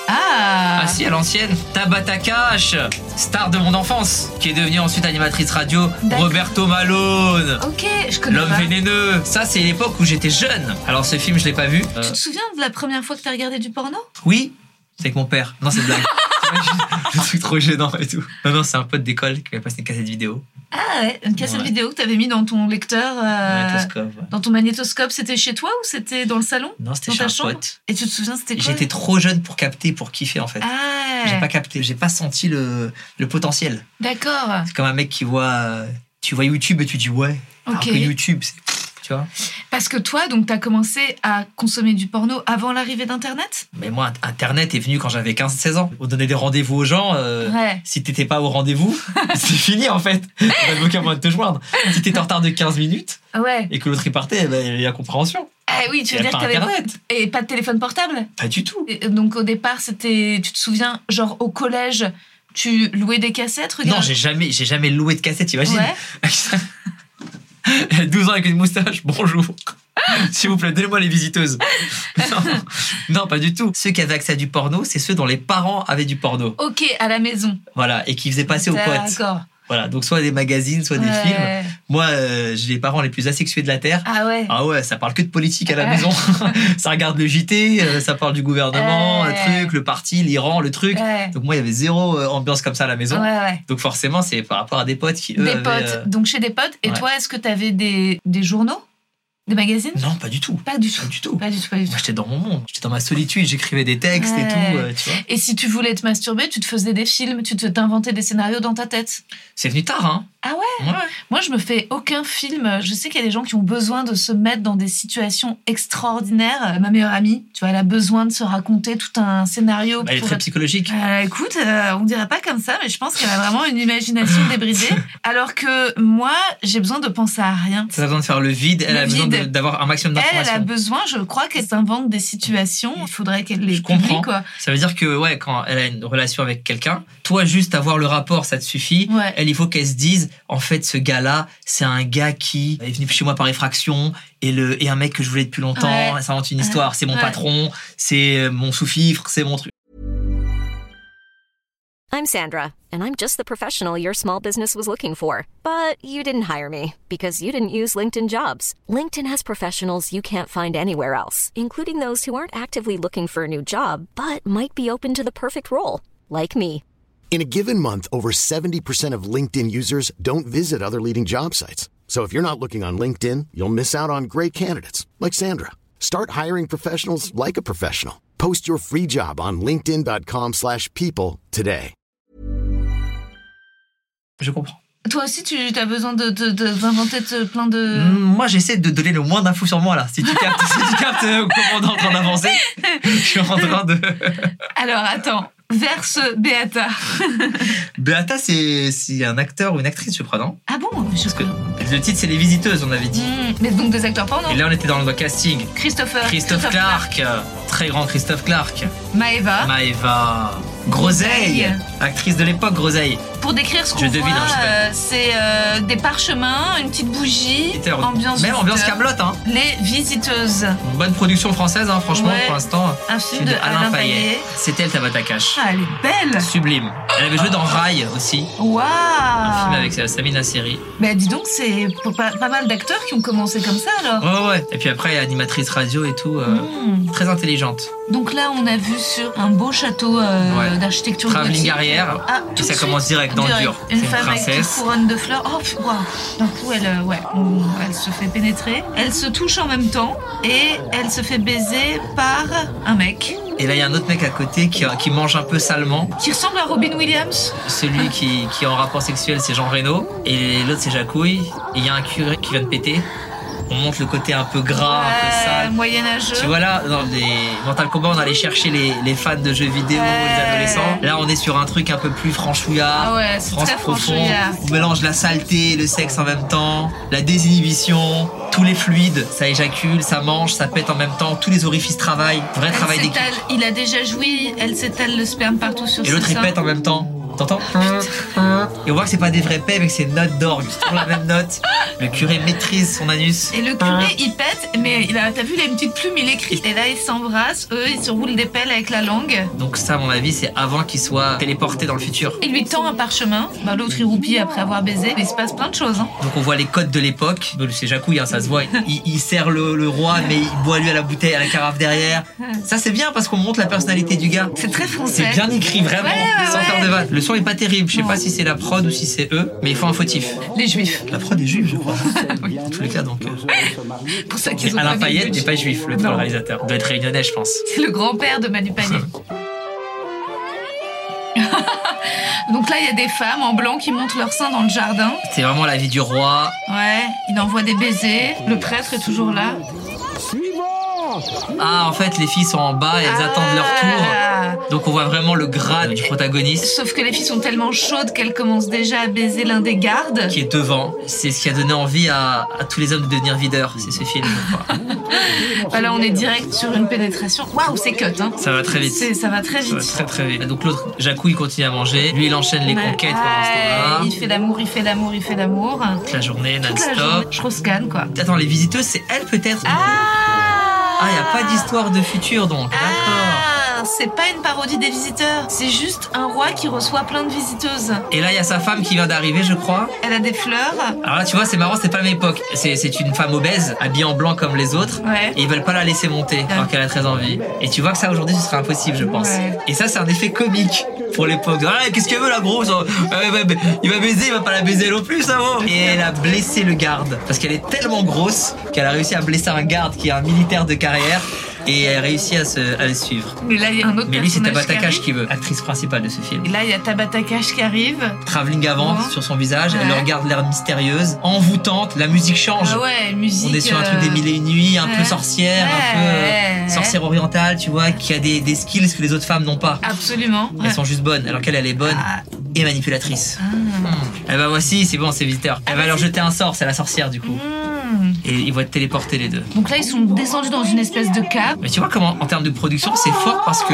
[SPEAKER 2] Ah,
[SPEAKER 3] Ah si, à l'ancienne, Tabata Cash, star de mon enfance, qui est devenue ensuite animatrice radio,
[SPEAKER 2] D'accord.
[SPEAKER 3] Roberto Malone.
[SPEAKER 2] Ok, je connais
[SPEAKER 3] L'homme
[SPEAKER 2] pas.
[SPEAKER 3] vénéneux, ça c'est l'époque où j'étais jeune. Alors ce film je l'ai pas vu. Euh,
[SPEAKER 2] Tu te souviens de la première fois que t'as regardé du porno
[SPEAKER 3] oui, c'est avec mon père. Non c'est une blague. Le truc trop gênant et tout. Non non c'est un pote d'école qui m'a passé une cassette vidéo.
[SPEAKER 2] Ah ouais, une cassette
[SPEAKER 3] Ouais.
[SPEAKER 2] vidéo que t'avais mis dans ton lecteur, euh,
[SPEAKER 3] Magnétoscope.
[SPEAKER 2] dans ton magnétoscope, c'était chez toi ou c'était dans le salon
[SPEAKER 3] Non c'était
[SPEAKER 2] Dans
[SPEAKER 3] chez
[SPEAKER 2] ta
[SPEAKER 3] un
[SPEAKER 2] chambre
[SPEAKER 3] pote.
[SPEAKER 2] Et tu te souviens c'était quoi
[SPEAKER 3] J'étais trop jeune pour capter, pour kiffer en fait.
[SPEAKER 2] Ah,
[SPEAKER 3] J'ai pas capté, j'ai pas senti le, le potentiel.
[SPEAKER 2] d'accord.
[SPEAKER 3] C'est comme un mec qui voit, euh, tu vois YouTube et tu dis ouais. Alors
[SPEAKER 2] Ok.
[SPEAKER 3] que YouTube, c'est, tu vois.
[SPEAKER 2] Parce que toi, donc, t'as commencé à consommer du porno avant l'arrivée d'Internet
[SPEAKER 3] Mais moi, Internet est venu quand j'avais 15-16 ans. On donnait des rendez-vous aux gens. euh,
[SPEAKER 2] Ouais.
[SPEAKER 3] Si t'étais pas au rendez-vous, c'est fini en fait. On avait aucun moyen de te joindre. Si t'étais en retard de 15 minutes
[SPEAKER 2] Ouais.
[SPEAKER 3] et que l'autre y partait, eh ben, il y a compréhension.
[SPEAKER 2] Ah oui, tu
[SPEAKER 3] Il
[SPEAKER 2] veux
[SPEAKER 3] n'y a
[SPEAKER 2] dire que
[SPEAKER 3] pas
[SPEAKER 2] t'avais.
[SPEAKER 3] Internet.
[SPEAKER 2] Et pas de téléphone portable
[SPEAKER 3] Pas du tout.
[SPEAKER 2] Et euh, Donc, au départ, c'était. Tu te souviens, genre, au collège, tu louais des cassettes, regarde
[SPEAKER 3] Non, j'ai jamais, j'ai jamais loué de cassette, imagine.
[SPEAKER 2] euh, Ouais.
[SPEAKER 3] Elle a 12 ans avec une moustache, bonjour. S'il vous plaît, donnez-moi les visiteuses. Non, non, pas du tout. Ceux qui avaient accès à du porno, c'est ceux dont les parents avaient du porno.
[SPEAKER 2] Ok, à la maison.
[SPEAKER 3] Voilà, et qui faisaient passer aux potes.
[SPEAKER 2] D'accord.
[SPEAKER 3] Voilà, donc soit des magazines, soit des
[SPEAKER 2] Ouais.
[SPEAKER 3] films. Moi, euh, j'ai les parents les plus asexués de la Terre.
[SPEAKER 2] Ah ouais.
[SPEAKER 3] Ah ouais, ça parle que de politique à la
[SPEAKER 2] Ouais.
[SPEAKER 3] maison. ça regarde le JT, euh, ça parle du gouvernement,
[SPEAKER 2] Ouais.
[SPEAKER 3] le truc, le parti, l'Iran, le truc.
[SPEAKER 2] Ouais.
[SPEAKER 3] Donc moi, il y avait zéro euh, ambiance comme ça à la maison.
[SPEAKER 2] Ouais, ouais.
[SPEAKER 3] Donc forcément, c'est par rapport à des potes qui, eux,
[SPEAKER 2] Des
[SPEAKER 3] avaient,
[SPEAKER 2] potes.
[SPEAKER 3] euh,
[SPEAKER 2] Donc, chez des potes. Et
[SPEAKER 3] ouais.
[SPEAKER 2] toi, est-ce que t'avais des, des journaux Des magazines
[SPEAKER 3] Non, pas du tout.
[SPEAKER 2] Pas du tout.
[SPEAKER 3] Pas du tout.
[SPEAKER 2] Pas du tout, pas du tout.
[SPEAKER 3] Moi, j'étais dans mon monde. J'étais dans ma solitude. J'écrivais des textes et
[SPEAKER 2] Ouais.
[SPEAKER 3] tout. euh, tu vois.
[SPEAKER 2] Et si tu voulais te masturber, tu te faisais des films, tu te t'inventais des scénarios dans ta tête.
[SPEAKER 3] C'est venu tard, hein.
[SPEAKER 2] Ah ouais
[SPEAKER 3] Ouais.
[SPEAKER 2] Moi, je me fais aucun film. Je sais qu'il y a des gens qui ont besoin de se mettre dans des situations extraordinaires. Ma meilleure amie, tu vois, elle a besoin de se raconter tout un scénario.
[SPEAKER 3] Bah, elle est
[SPEAKER 2] pour
[SPEAKER 3] très
[SPEAKER 2] être-
[SPEAKER 3] psychologique.
[SPEAKER 2] Euh, écoute, euh, on dirait pas comme ça, mais je pense qu'elle a vraiment une imagination débridée. Alors que moi, j'ai besoin de penser à rien.
[SPEAKER 3] Ça a besoin de faire le vide, elle
[SPEAKER 2] Le
[SPEAKER 3] a besoin
[SPEAKER 2] vide.
[SPEAKER 3] de- d'avoir un maximum
[SPEAKER 2] Elle, elle a
[SPEAKER 3] d'informations.
[SPEAKER 2] besoin, je crois, qu'elle s'invente des situations. Il faudrait qu'elle les
[SPEAKER 3] Je comprends.
[SPEAKER 2] publie, quoi.
[SPEAKER 3] Ça veut dire que ouais, quand elle a une relation avec quelqu'un, toi juste avoir le rapport, ça te suffit.
[SPEAKER 2] Ouais.
[SPEAKER 3] Elle, il faut qu'elle se dise, en fait, ce gars-là, c'est un gars qui est venu chez moi par effraction et le et un mec que je voulais depuis longtemps.
[SPEAKER 2] Ouais.
[SPEAKER 3] Ça invente une histoire. C'est mon
[SPEAKER 2] Ouais.
[SPEAKER 3] patron, c'est euh, mon sous-fifre, c'est mon truc.
[SPEAKER 4] I'm Sandra, and I'm just the professional your small business was looking for. But you didn't hire me because you didn't use LinkedIn jobs. LinkedIn has professionals you can't find anywhere else, including those who aren't actively looking for a new job but might be open to the perfect role, like me.
[SPEAKER 5] In a given month, over 70% of LinkedIn users don't visit other leading job sites. So if you're not looking on LinkedIn, you'll miss out on great candidates like Sandra. Start hiring professionals like a professional. Post your free job on linkedin.com/people slash people today.
[SPEAKER 3] Je comprends.
[SPEAKER 2] Toi aussi, tu as besoin de- de- de- d'inventer de, plein de.
[SPEAKER 3] Mm, Moi, j'essaie de donner le moins d'infos sur moi là. Si tu captes, si tu captes euh, comment on est en train d'avancer, je suis en train de.
[SPEAKER 2] Alors, attends. Verse Beata.
[SPEAKER 3] Beata, c'est c'est un acteur ou une actrice, je crois, non
[SPEAKER 2] Ah bon je...
[SPEAKER 3] Parce que le titre, c'est Les Visiteuses, on avait dit.
[SPEAKER 2] Hmm, Mais donc des acteurs porno.
[SPEAKER 3] Et là, on était dans le casting.
[SPEAKER 2] Christopher.
[SPEAKER 3] Christophe Clark, euh, très grand Christophe Clark.
[SPEAKER 2] Maeva.
[SPEAKER 3] Maeva. Groseille,
[SPEAKER 2] Ah. Groseille.
[SPEAKER 3] actrice de l'époque Groseille.
[SPEAKER 2] Pour décrire ce
[SPEAKER 3] Je
[SPEAKER 2] qu'on voit,
[SPEAKER 3] devine, hein, je sais pas.
[SPEAKER 2] euh, c'est euh, des parchemins, une petite bougie,
[SPEAKER 3] Peter-
[SPEAKER 2] ambiance
[SPEAKER 3] Même ambiance
[SPEAKER 2] visiteur.
[SPEAKER 3] Camelot, hein.
[SPEAKER 2] Les visiteuses.
[SPEAKER 3] Une bonne production française, hein, franchement,
[SPEAKER 2] Ouais.
[SPEAKER 3] pour l'instant.
[SPEAKER 2] Un film de Alain Payet.
[SPEAKER 3] C'était elle, Tabata Cash.
[SPEAKER 2] Ah, elle est belle.
[SPEAKER 3] Sublime. Elle avait joué dans Rail aussi,
[SPEAKER 2] Waouh.
[SPEAKER 3] un
[SPEAKER 2] Ah.
[SPEAKER 3] film avec euh, Samina Seri.
[SPEAKER 2] Mais dis donc, c'est pas, pas mal d'acteurs qui ont commencé comme ça alors.
[SPEAKER 3] Ouais, ouais, ouais. Et puis après, animatrice radio et tout. euh,
[SPEAKER 2] Hmm.
[SPEAKER 3] Très intelligente.
[SPEAKER 2] Donc là, on a vu sur un beau château euh,
[SPEAKER 3] Ouais.
[SPEAKER 2] d'architecture
[SPEAKER 3] Travelling
[SPEAKER 2] gothique.
[SPEAKER 3] arrière.
[SPEAKER 2] Ah,
[SPEAKER 3] Et
[SPEAKER 2] tout
[SPEAKER 3] ça
[SPEAKER 2] de
[SPEAKER 3] commence
[SPEAKER 2] suite,
[SPEAKER 3] direct dans le dur.
[SPEAKER 2] Une
[SPEAKER 3] C'est une
[SPEAKER 2] femme avec une
[SPEAKER 3] princesse.
[SPEAKER 2] couronne de fleurs. Oh, pff, waouh. D'un coup, elle, euh, ouais, on- elle se fait pénétrer. Elle se touche en même temps et elle se fait baiser par un mec
[SPEAKER 3] Et là, il y a un autre mec à côté qui, qui mange un peu salement.
[SPEAKER 2] qui ressemble à Robin Williams.
[SPEAKER 3] Celui qui, qui est en rapport sexuel, c'est Jean Reno. Et l'autre, c'est Jacouille. Et il y a un curé qui vient de péter. On montre le côté un peu gras, un peu sale.
[SPEAKER 2] moyenâgeux.
[SPEAKER 3] Ah, Tu vois là, dans les Mental Combat, on allait chercher les, les fans de jeux vidéo,
[SPEAKER 2] Ouais.
[SPEAKER 3] les adolescents. Là, on est sur un truc un peu plus franchouillard.
[SPEAKER 2] Ah ouais, c'est
[SPEAKER 3] France
[SPEAKER 2] très
[SPEAKER 3] profond.
[SPEAKER 2] franchouillard.
[SPEAKER 3] On mélange la saleté, le sexe en même temps, la désinhibition, tous les fluides. Ça éjacule, ça mange, ça pète en même temps. Tous les orifices travaillent. Vrai
[SPEAKER 2] Elle
[SPEAKER 3] travail d'équipe.
[SPEAKER 2] s'étale- il a déjà joui, elle s'étale le sperme partout sur
[SPEAKER 3] Et
[SPEAKER 2] ses
[SPEAKER 3] l'autre, il
[SPEAKER 2] seins.
[SPEAKER 3] pète en même temps. T'entends Et on voit que c'est pas des vrais pets, mais que c'est une note d'orgue. C'est toujours la même note. Le curé maîtrise son anus.
[SPEAKER 2] Et le curé, il pète, mais il a, t'as vu, il a une petite plume, il écrit. Et là, ils s'embrassent, eux, ils se roulent des pelles avec la langue.
[SPEAKER 3] Donc ça, à mon avis, c'est avant qu'il soit téléporté dans le futur.
[SPEAKER 2] Il lui tend un parchemin. Bah, l'autre, il roupille après avoir baisé. Il se passe plein de choses. Hein.
[SPEAKER 3] Donc on voit les codes de l'époque. Donc, C'est Jacouille, hein, ça se voit. Il, il sert le, le roi, mais il boit lui à la bouteille, à la carafe derrière. Ça, c'est bien parce qu'on montre la personnalité du gars.
[SPEAKER 2] C'est très français.
[SPEAKER 3] C'est bien écrit, vraiment,
[SPEAKER 2] Ouais, ouais,
[SPEAKER 3] sans
[SPEAKER 2] ouais.
[SPEAKER 3] faire de vanne. Le son est pas terrible. Je sais pas si c'est la prod ou si c'est eux, mais il faut un fautif.
[SPEAKER 2] Les juifs.
[SPEAKER 3] La prod est juive, je crois. oui, dans tous les cas, donc.
[SPEAKER 2] Pour ça qu'ils
[SPEAKER 3] Mais
[SPEAKER 2] ont
[SPEAKER 3] Alain
[SPEAKER 2] pas mis
[SPEAKER 3] Payet
[SPEAKER 2] de
[SPEAKER 3] n'est pas juif, le, le
[SPEAKER 2] Non.
[SPEAKER 3] réalisateur. Il doit être réunionnais, je pense.
[SPEAKER 2] C'est le grand-père de Manu Panier. Donc là, il y a des femmes en blanc qui montent leur sein dans le jardin.
[SPEAKER 3] C'est vraiment la vie du roi.
[SPEAKER 2] Ouais, il envoie des baisers. Le prêtre est toujours là.
[SPEAKER 3] Ah, en fait, les filles sont en bas et elles attendent leur tour.
[SPEAKER 2] Ah.
[SPEAKER 3] Donc on voit vraiment le grade du protagoniste
[SPEAKER 2] Sauf que les filles sont tellement chaudes qu'elles commencent déjà à baiser l'un des gardes.
[SPEAKER 3] qui est devant. C'est ce qui a donné envie à, à tous les hommes de devenir videurs. C'est ce film. je crois.
[SPEAKER 2] Voilà, Bah on est direct sur une pénétration. Waouh, c'est cut, hein.
[SPEAKER 3] Ça va très vite.
[SPEAKER 2] C'est- Ça va très
[SPEAKER 3] Ça va
[SPEAKER 2] vite.
[SPEAKER 3] très très vite. Donc l'autre, Jacou, il continue à manger. Lui, il enchaîne les
[SPEAKER 2] Ouais.
[SPEAKER 3] conquêtes pendant
[SPEAKER 2] Ouais,
[SPEAKER 3] ce temps-là.
[SPEAKER 2] Il fait l'amour, il fait l'amour, il fait l'amour.
[SPEAKER 3] Toute la journée,
[SPEAKER 2] Toute la journée.
[SPEAKER 3] non-stop.
[SPEAKER 2] Je scanne quoi.
[SPEAKER 3] Attends, les visiteuses, c'est elle peut-être
[SPEAKER 2] Ah
[SPEAKER 3] Ah, il a pas d'histoire de futur donc. D'accord.
[SPEAKER 2] Ah, c'est pas une parodie des visiteurs, c'est juste un roi qui reçoit plein de visiteuses.
[SPEAKER 3] Et là, il y a sa femme qui vient d'arriver, je crois.
[SPEAKER 2] Elle a des fleurs.
[SPEAKER 3] Alors là, Ah, tu vois, c'est marrant, c'est pas la même époque. C'est c'est une femme obèse, habillée en blanc comme les autres.
[SPEAKER 2] Ouais.
[SPEAKER 3] Et ils veulent pas la laisser monter, alors qu'elle a très envie. Et tu vois que ça, aujourd'hui, ce serait impossible, je pense.
[SPEAKER 2] Ouais.
[SPEAKER 3] Et ça, c'est un effet comique pour l'époque. Ah, qu'est-ce qu'elle veut, la grosse Euh, elle va ba- Il va baiser, il va pas la baiser non plus, ça va Et elle a blessé le garde. Parce qu'elle est tellement grosse qu'elle a réussi à blesser un garde qui est un militaire de carrière. et elle réussit à, se, à le suivre.
[SPEAKER 2] Mais là, il y a un autre
[SPEAKER 3] Mais lui, c'est
[SPEAKER 2] personnage
[SPEAKER 3] Tabata
[SPEAKER 2] qui
[SPEAKER 3] Cash
[SPEAKER 2] arrive.
[SPEAKER 3] qui veut, actrice principale de ce film.
[SPEAKER 2] Et là, il y a Tabata Cash qui arrive.
[SPEAKER 3] Travelling avant
[SPEAKER 2] Ouais.
[SPEAKER 3] sur son visage, elle
[SPEAKER 2] Ouais.
[SPEAKER 3] regarde l'air mystérieuse, envoûtante, la musique change.
[SPEAKER 2] Ah ouais, musique.
[SPEAKER 3] On est sur un truc des
[SPEAKER 2] euh,
[SPEAKER 3] mille et une nuits, un peu
[SPEAKER 2] ouais.
[SPEAKER 3] sorcière, un peu euh,
[SPEAKER 2] Ouais.
[SPEAKER 3] sorcière orientale, tu vois, qui a des, des skills que les autres femmes n'ont pas.
[SPEAKER 2] Absolument. Ah ouais.
[SPEAKER 3] Elles sont juste bonnes, alors qu'elle, elle est bonne
[SPEAKER 2] Ah.
[SPEAKER 3] et manipulatrice.
[SPEAKER 2] Ah.
[SPEAKER 3] Eh ben voici, c'est bon, c'est visiteur. Elle va leur jeter un sort, c'est la sorcière du coup.
[SPEAKER 2] Hmm.
[SPEAKER 3] Et ils vont être téléportés les deux.
[SPEAKER 2] Donc là, ils sont descendus dans une espèce de cave.
[SPEAKER 3] Mais tu vois comment, en termes de production, c'est fort parce que.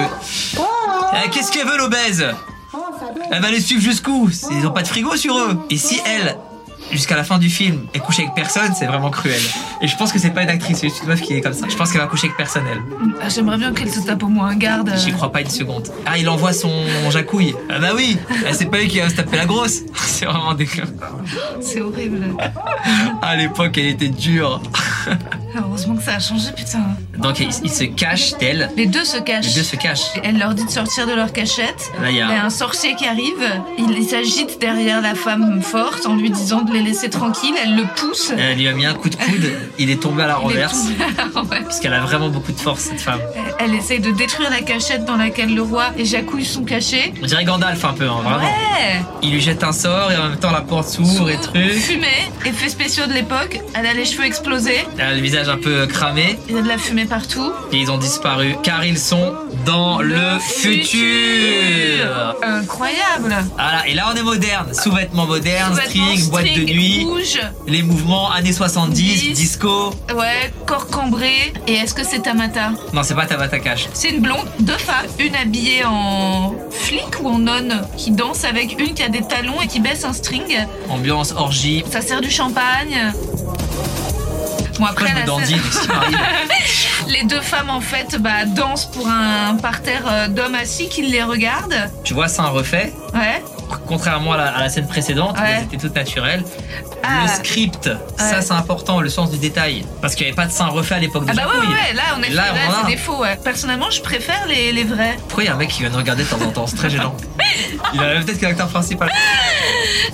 [SPEAKER 3] Euh, Qu'est-ce qu'elle veut l'obèse Elle va les suivre jusqu'où Ils ont pas de frigo sur eux. Et si elle, jusqu'à la fin du film, elle couche avec personne, c'est vraiment cruel. Et je pense que c'est pas une actrice, c'est juste une meuf qui est comme ça. Je pense qu'elle va coucher avec personne, elle.
[SPEAKER 2] Ah, J'aimerais bien qu'elle se tape au moins un garde. euh.
[SPEAKER 3] J'y crois pas une seconde. Ah, il envoie son jacouille. Ah bah oui, Ah, c'est pas lui qui va se taper la grosse. C'est vraiment des Ah,
[SPEAKER 2] C'est horrible. Ah,
[SPEAKER 3] À l'époque, elle était dure.
[SPEAKER 2] Heureusement que ça a changé, putain.
[SPEAKER 3] Donc, ils ils se cachent d'elle.
[SPEAKER 2] Les deux se cachent.
[SPEAKER 3] Les deux se cachent.
[SPEAKER 2] Elle leur dit de sortir de leur cachette.
[SPEAKER 3] Là, il y a-
[SPEAKER 2] Il y a un sorcier qui arrive. Il s'agite derrière la femme forte en lui disant de les laisser tranquilles. Elle le pousse.
[SPEAKER 3] Elle lui a mis un coup de coude. Il est tombé à la
[SPEAKER 2] Il est
[SPEAKER 3] renverse.
[SPEAKER 2] tombé. Ouais.
[SPEAKER 3] Parce qu'elle a vraiment beaucoup de force, cette femme.
[SPEAKER 2] Elle essaye de détruire la cachette dans laquelle le roi et Jacouille sont cachés.
[SPEAKER 3] On dirait Gandalf un peu, hein, vraiment.
[SPEAKER 2] Ouais
[SPEAKER 3] Il lui jette un sort et en même temps la porte s'ouvre et truc.
[SPEAKER 2] Fumée, effets spéciaux de l'époque. Elle a les cheveux explosés.
[SPEAKER 3] Elle a le visage un peu euh, cramé
[SPEAKER 2] Il y a de la fumée partout.
[SPEAKER 3] et ils ont disparu car ils sont dans Oh, le, futur.
[SPEAKER 2] Incroyable
[SPEAKER 3] Voilà, et là on est moderne, sous-vêtements modernes, string, boîte de
[SPEAKER 2] string
[SPEAKER 3] nuit,
[SPEAKER 2] rouge.
[SPEAKER 3] les mouvements années 70,
[SPEAKER 2] Dix.
[SPEAKER 3] disco.
[SPEAKER 2] Ouais, corps cambré. Et est-ce que c'est Tamata
[SPEAKER 3] Non, c'est pas Tabata Cash.
[SPEAKER 2] C'est une blonde, deux femmes, une habillée en flic ou en nonne, qui danse avec une qui a des talons et qui baisse un string.
[SPEAKER 3] Ambiance orgie.
[SPEAKER 2] Ça sert du champagne. Bon, après,
[SPEAKER 3] Pourquoi je me
[SPEAKER 2] la
[SPEAKER 3] dandine
[SPEAKER 2] scène-
[SPEAKER 3] ici, Marie
[SPEAKER 2] les deux femmes, en fait, bah, dansent pour un parterre euh, d'hommes assis qui les regardent.
[SPEAKER 3] Tu vois, ça un refait.
[SPEAKER 2] Ouais.
[SPEAKER 3] Contrairement à la, à la scène précédente, où
[SPEAKER 2] Ouais.
[SPEAKER 3] elles étaient toutes naturelles.
[SPEAKER 2] Ah.
[SPEAKER 3] Le script, ça c'est important, le sens du détail. Parce qu'il n'y avait pas de sein refait à l'époque de
[SPEAKER 2] Ah bah ouais, ouais,
[SPEAKER 3] Jacouille.
[SPEAKER 2] ouais, là, on est
[SPEAKER 3] Là,
[SPEAKER 2] là,
[SPEAKER 3] on en a.
[SPEAKER 2] c'est des faux, ouais. Personnellement, je préfère les, les vrais.
[SPEAKER 3] Pourquoi il y a un mec qui vient nous regarder de temps en temps C'est très gênant. Il a peut-être que l'acteur principal.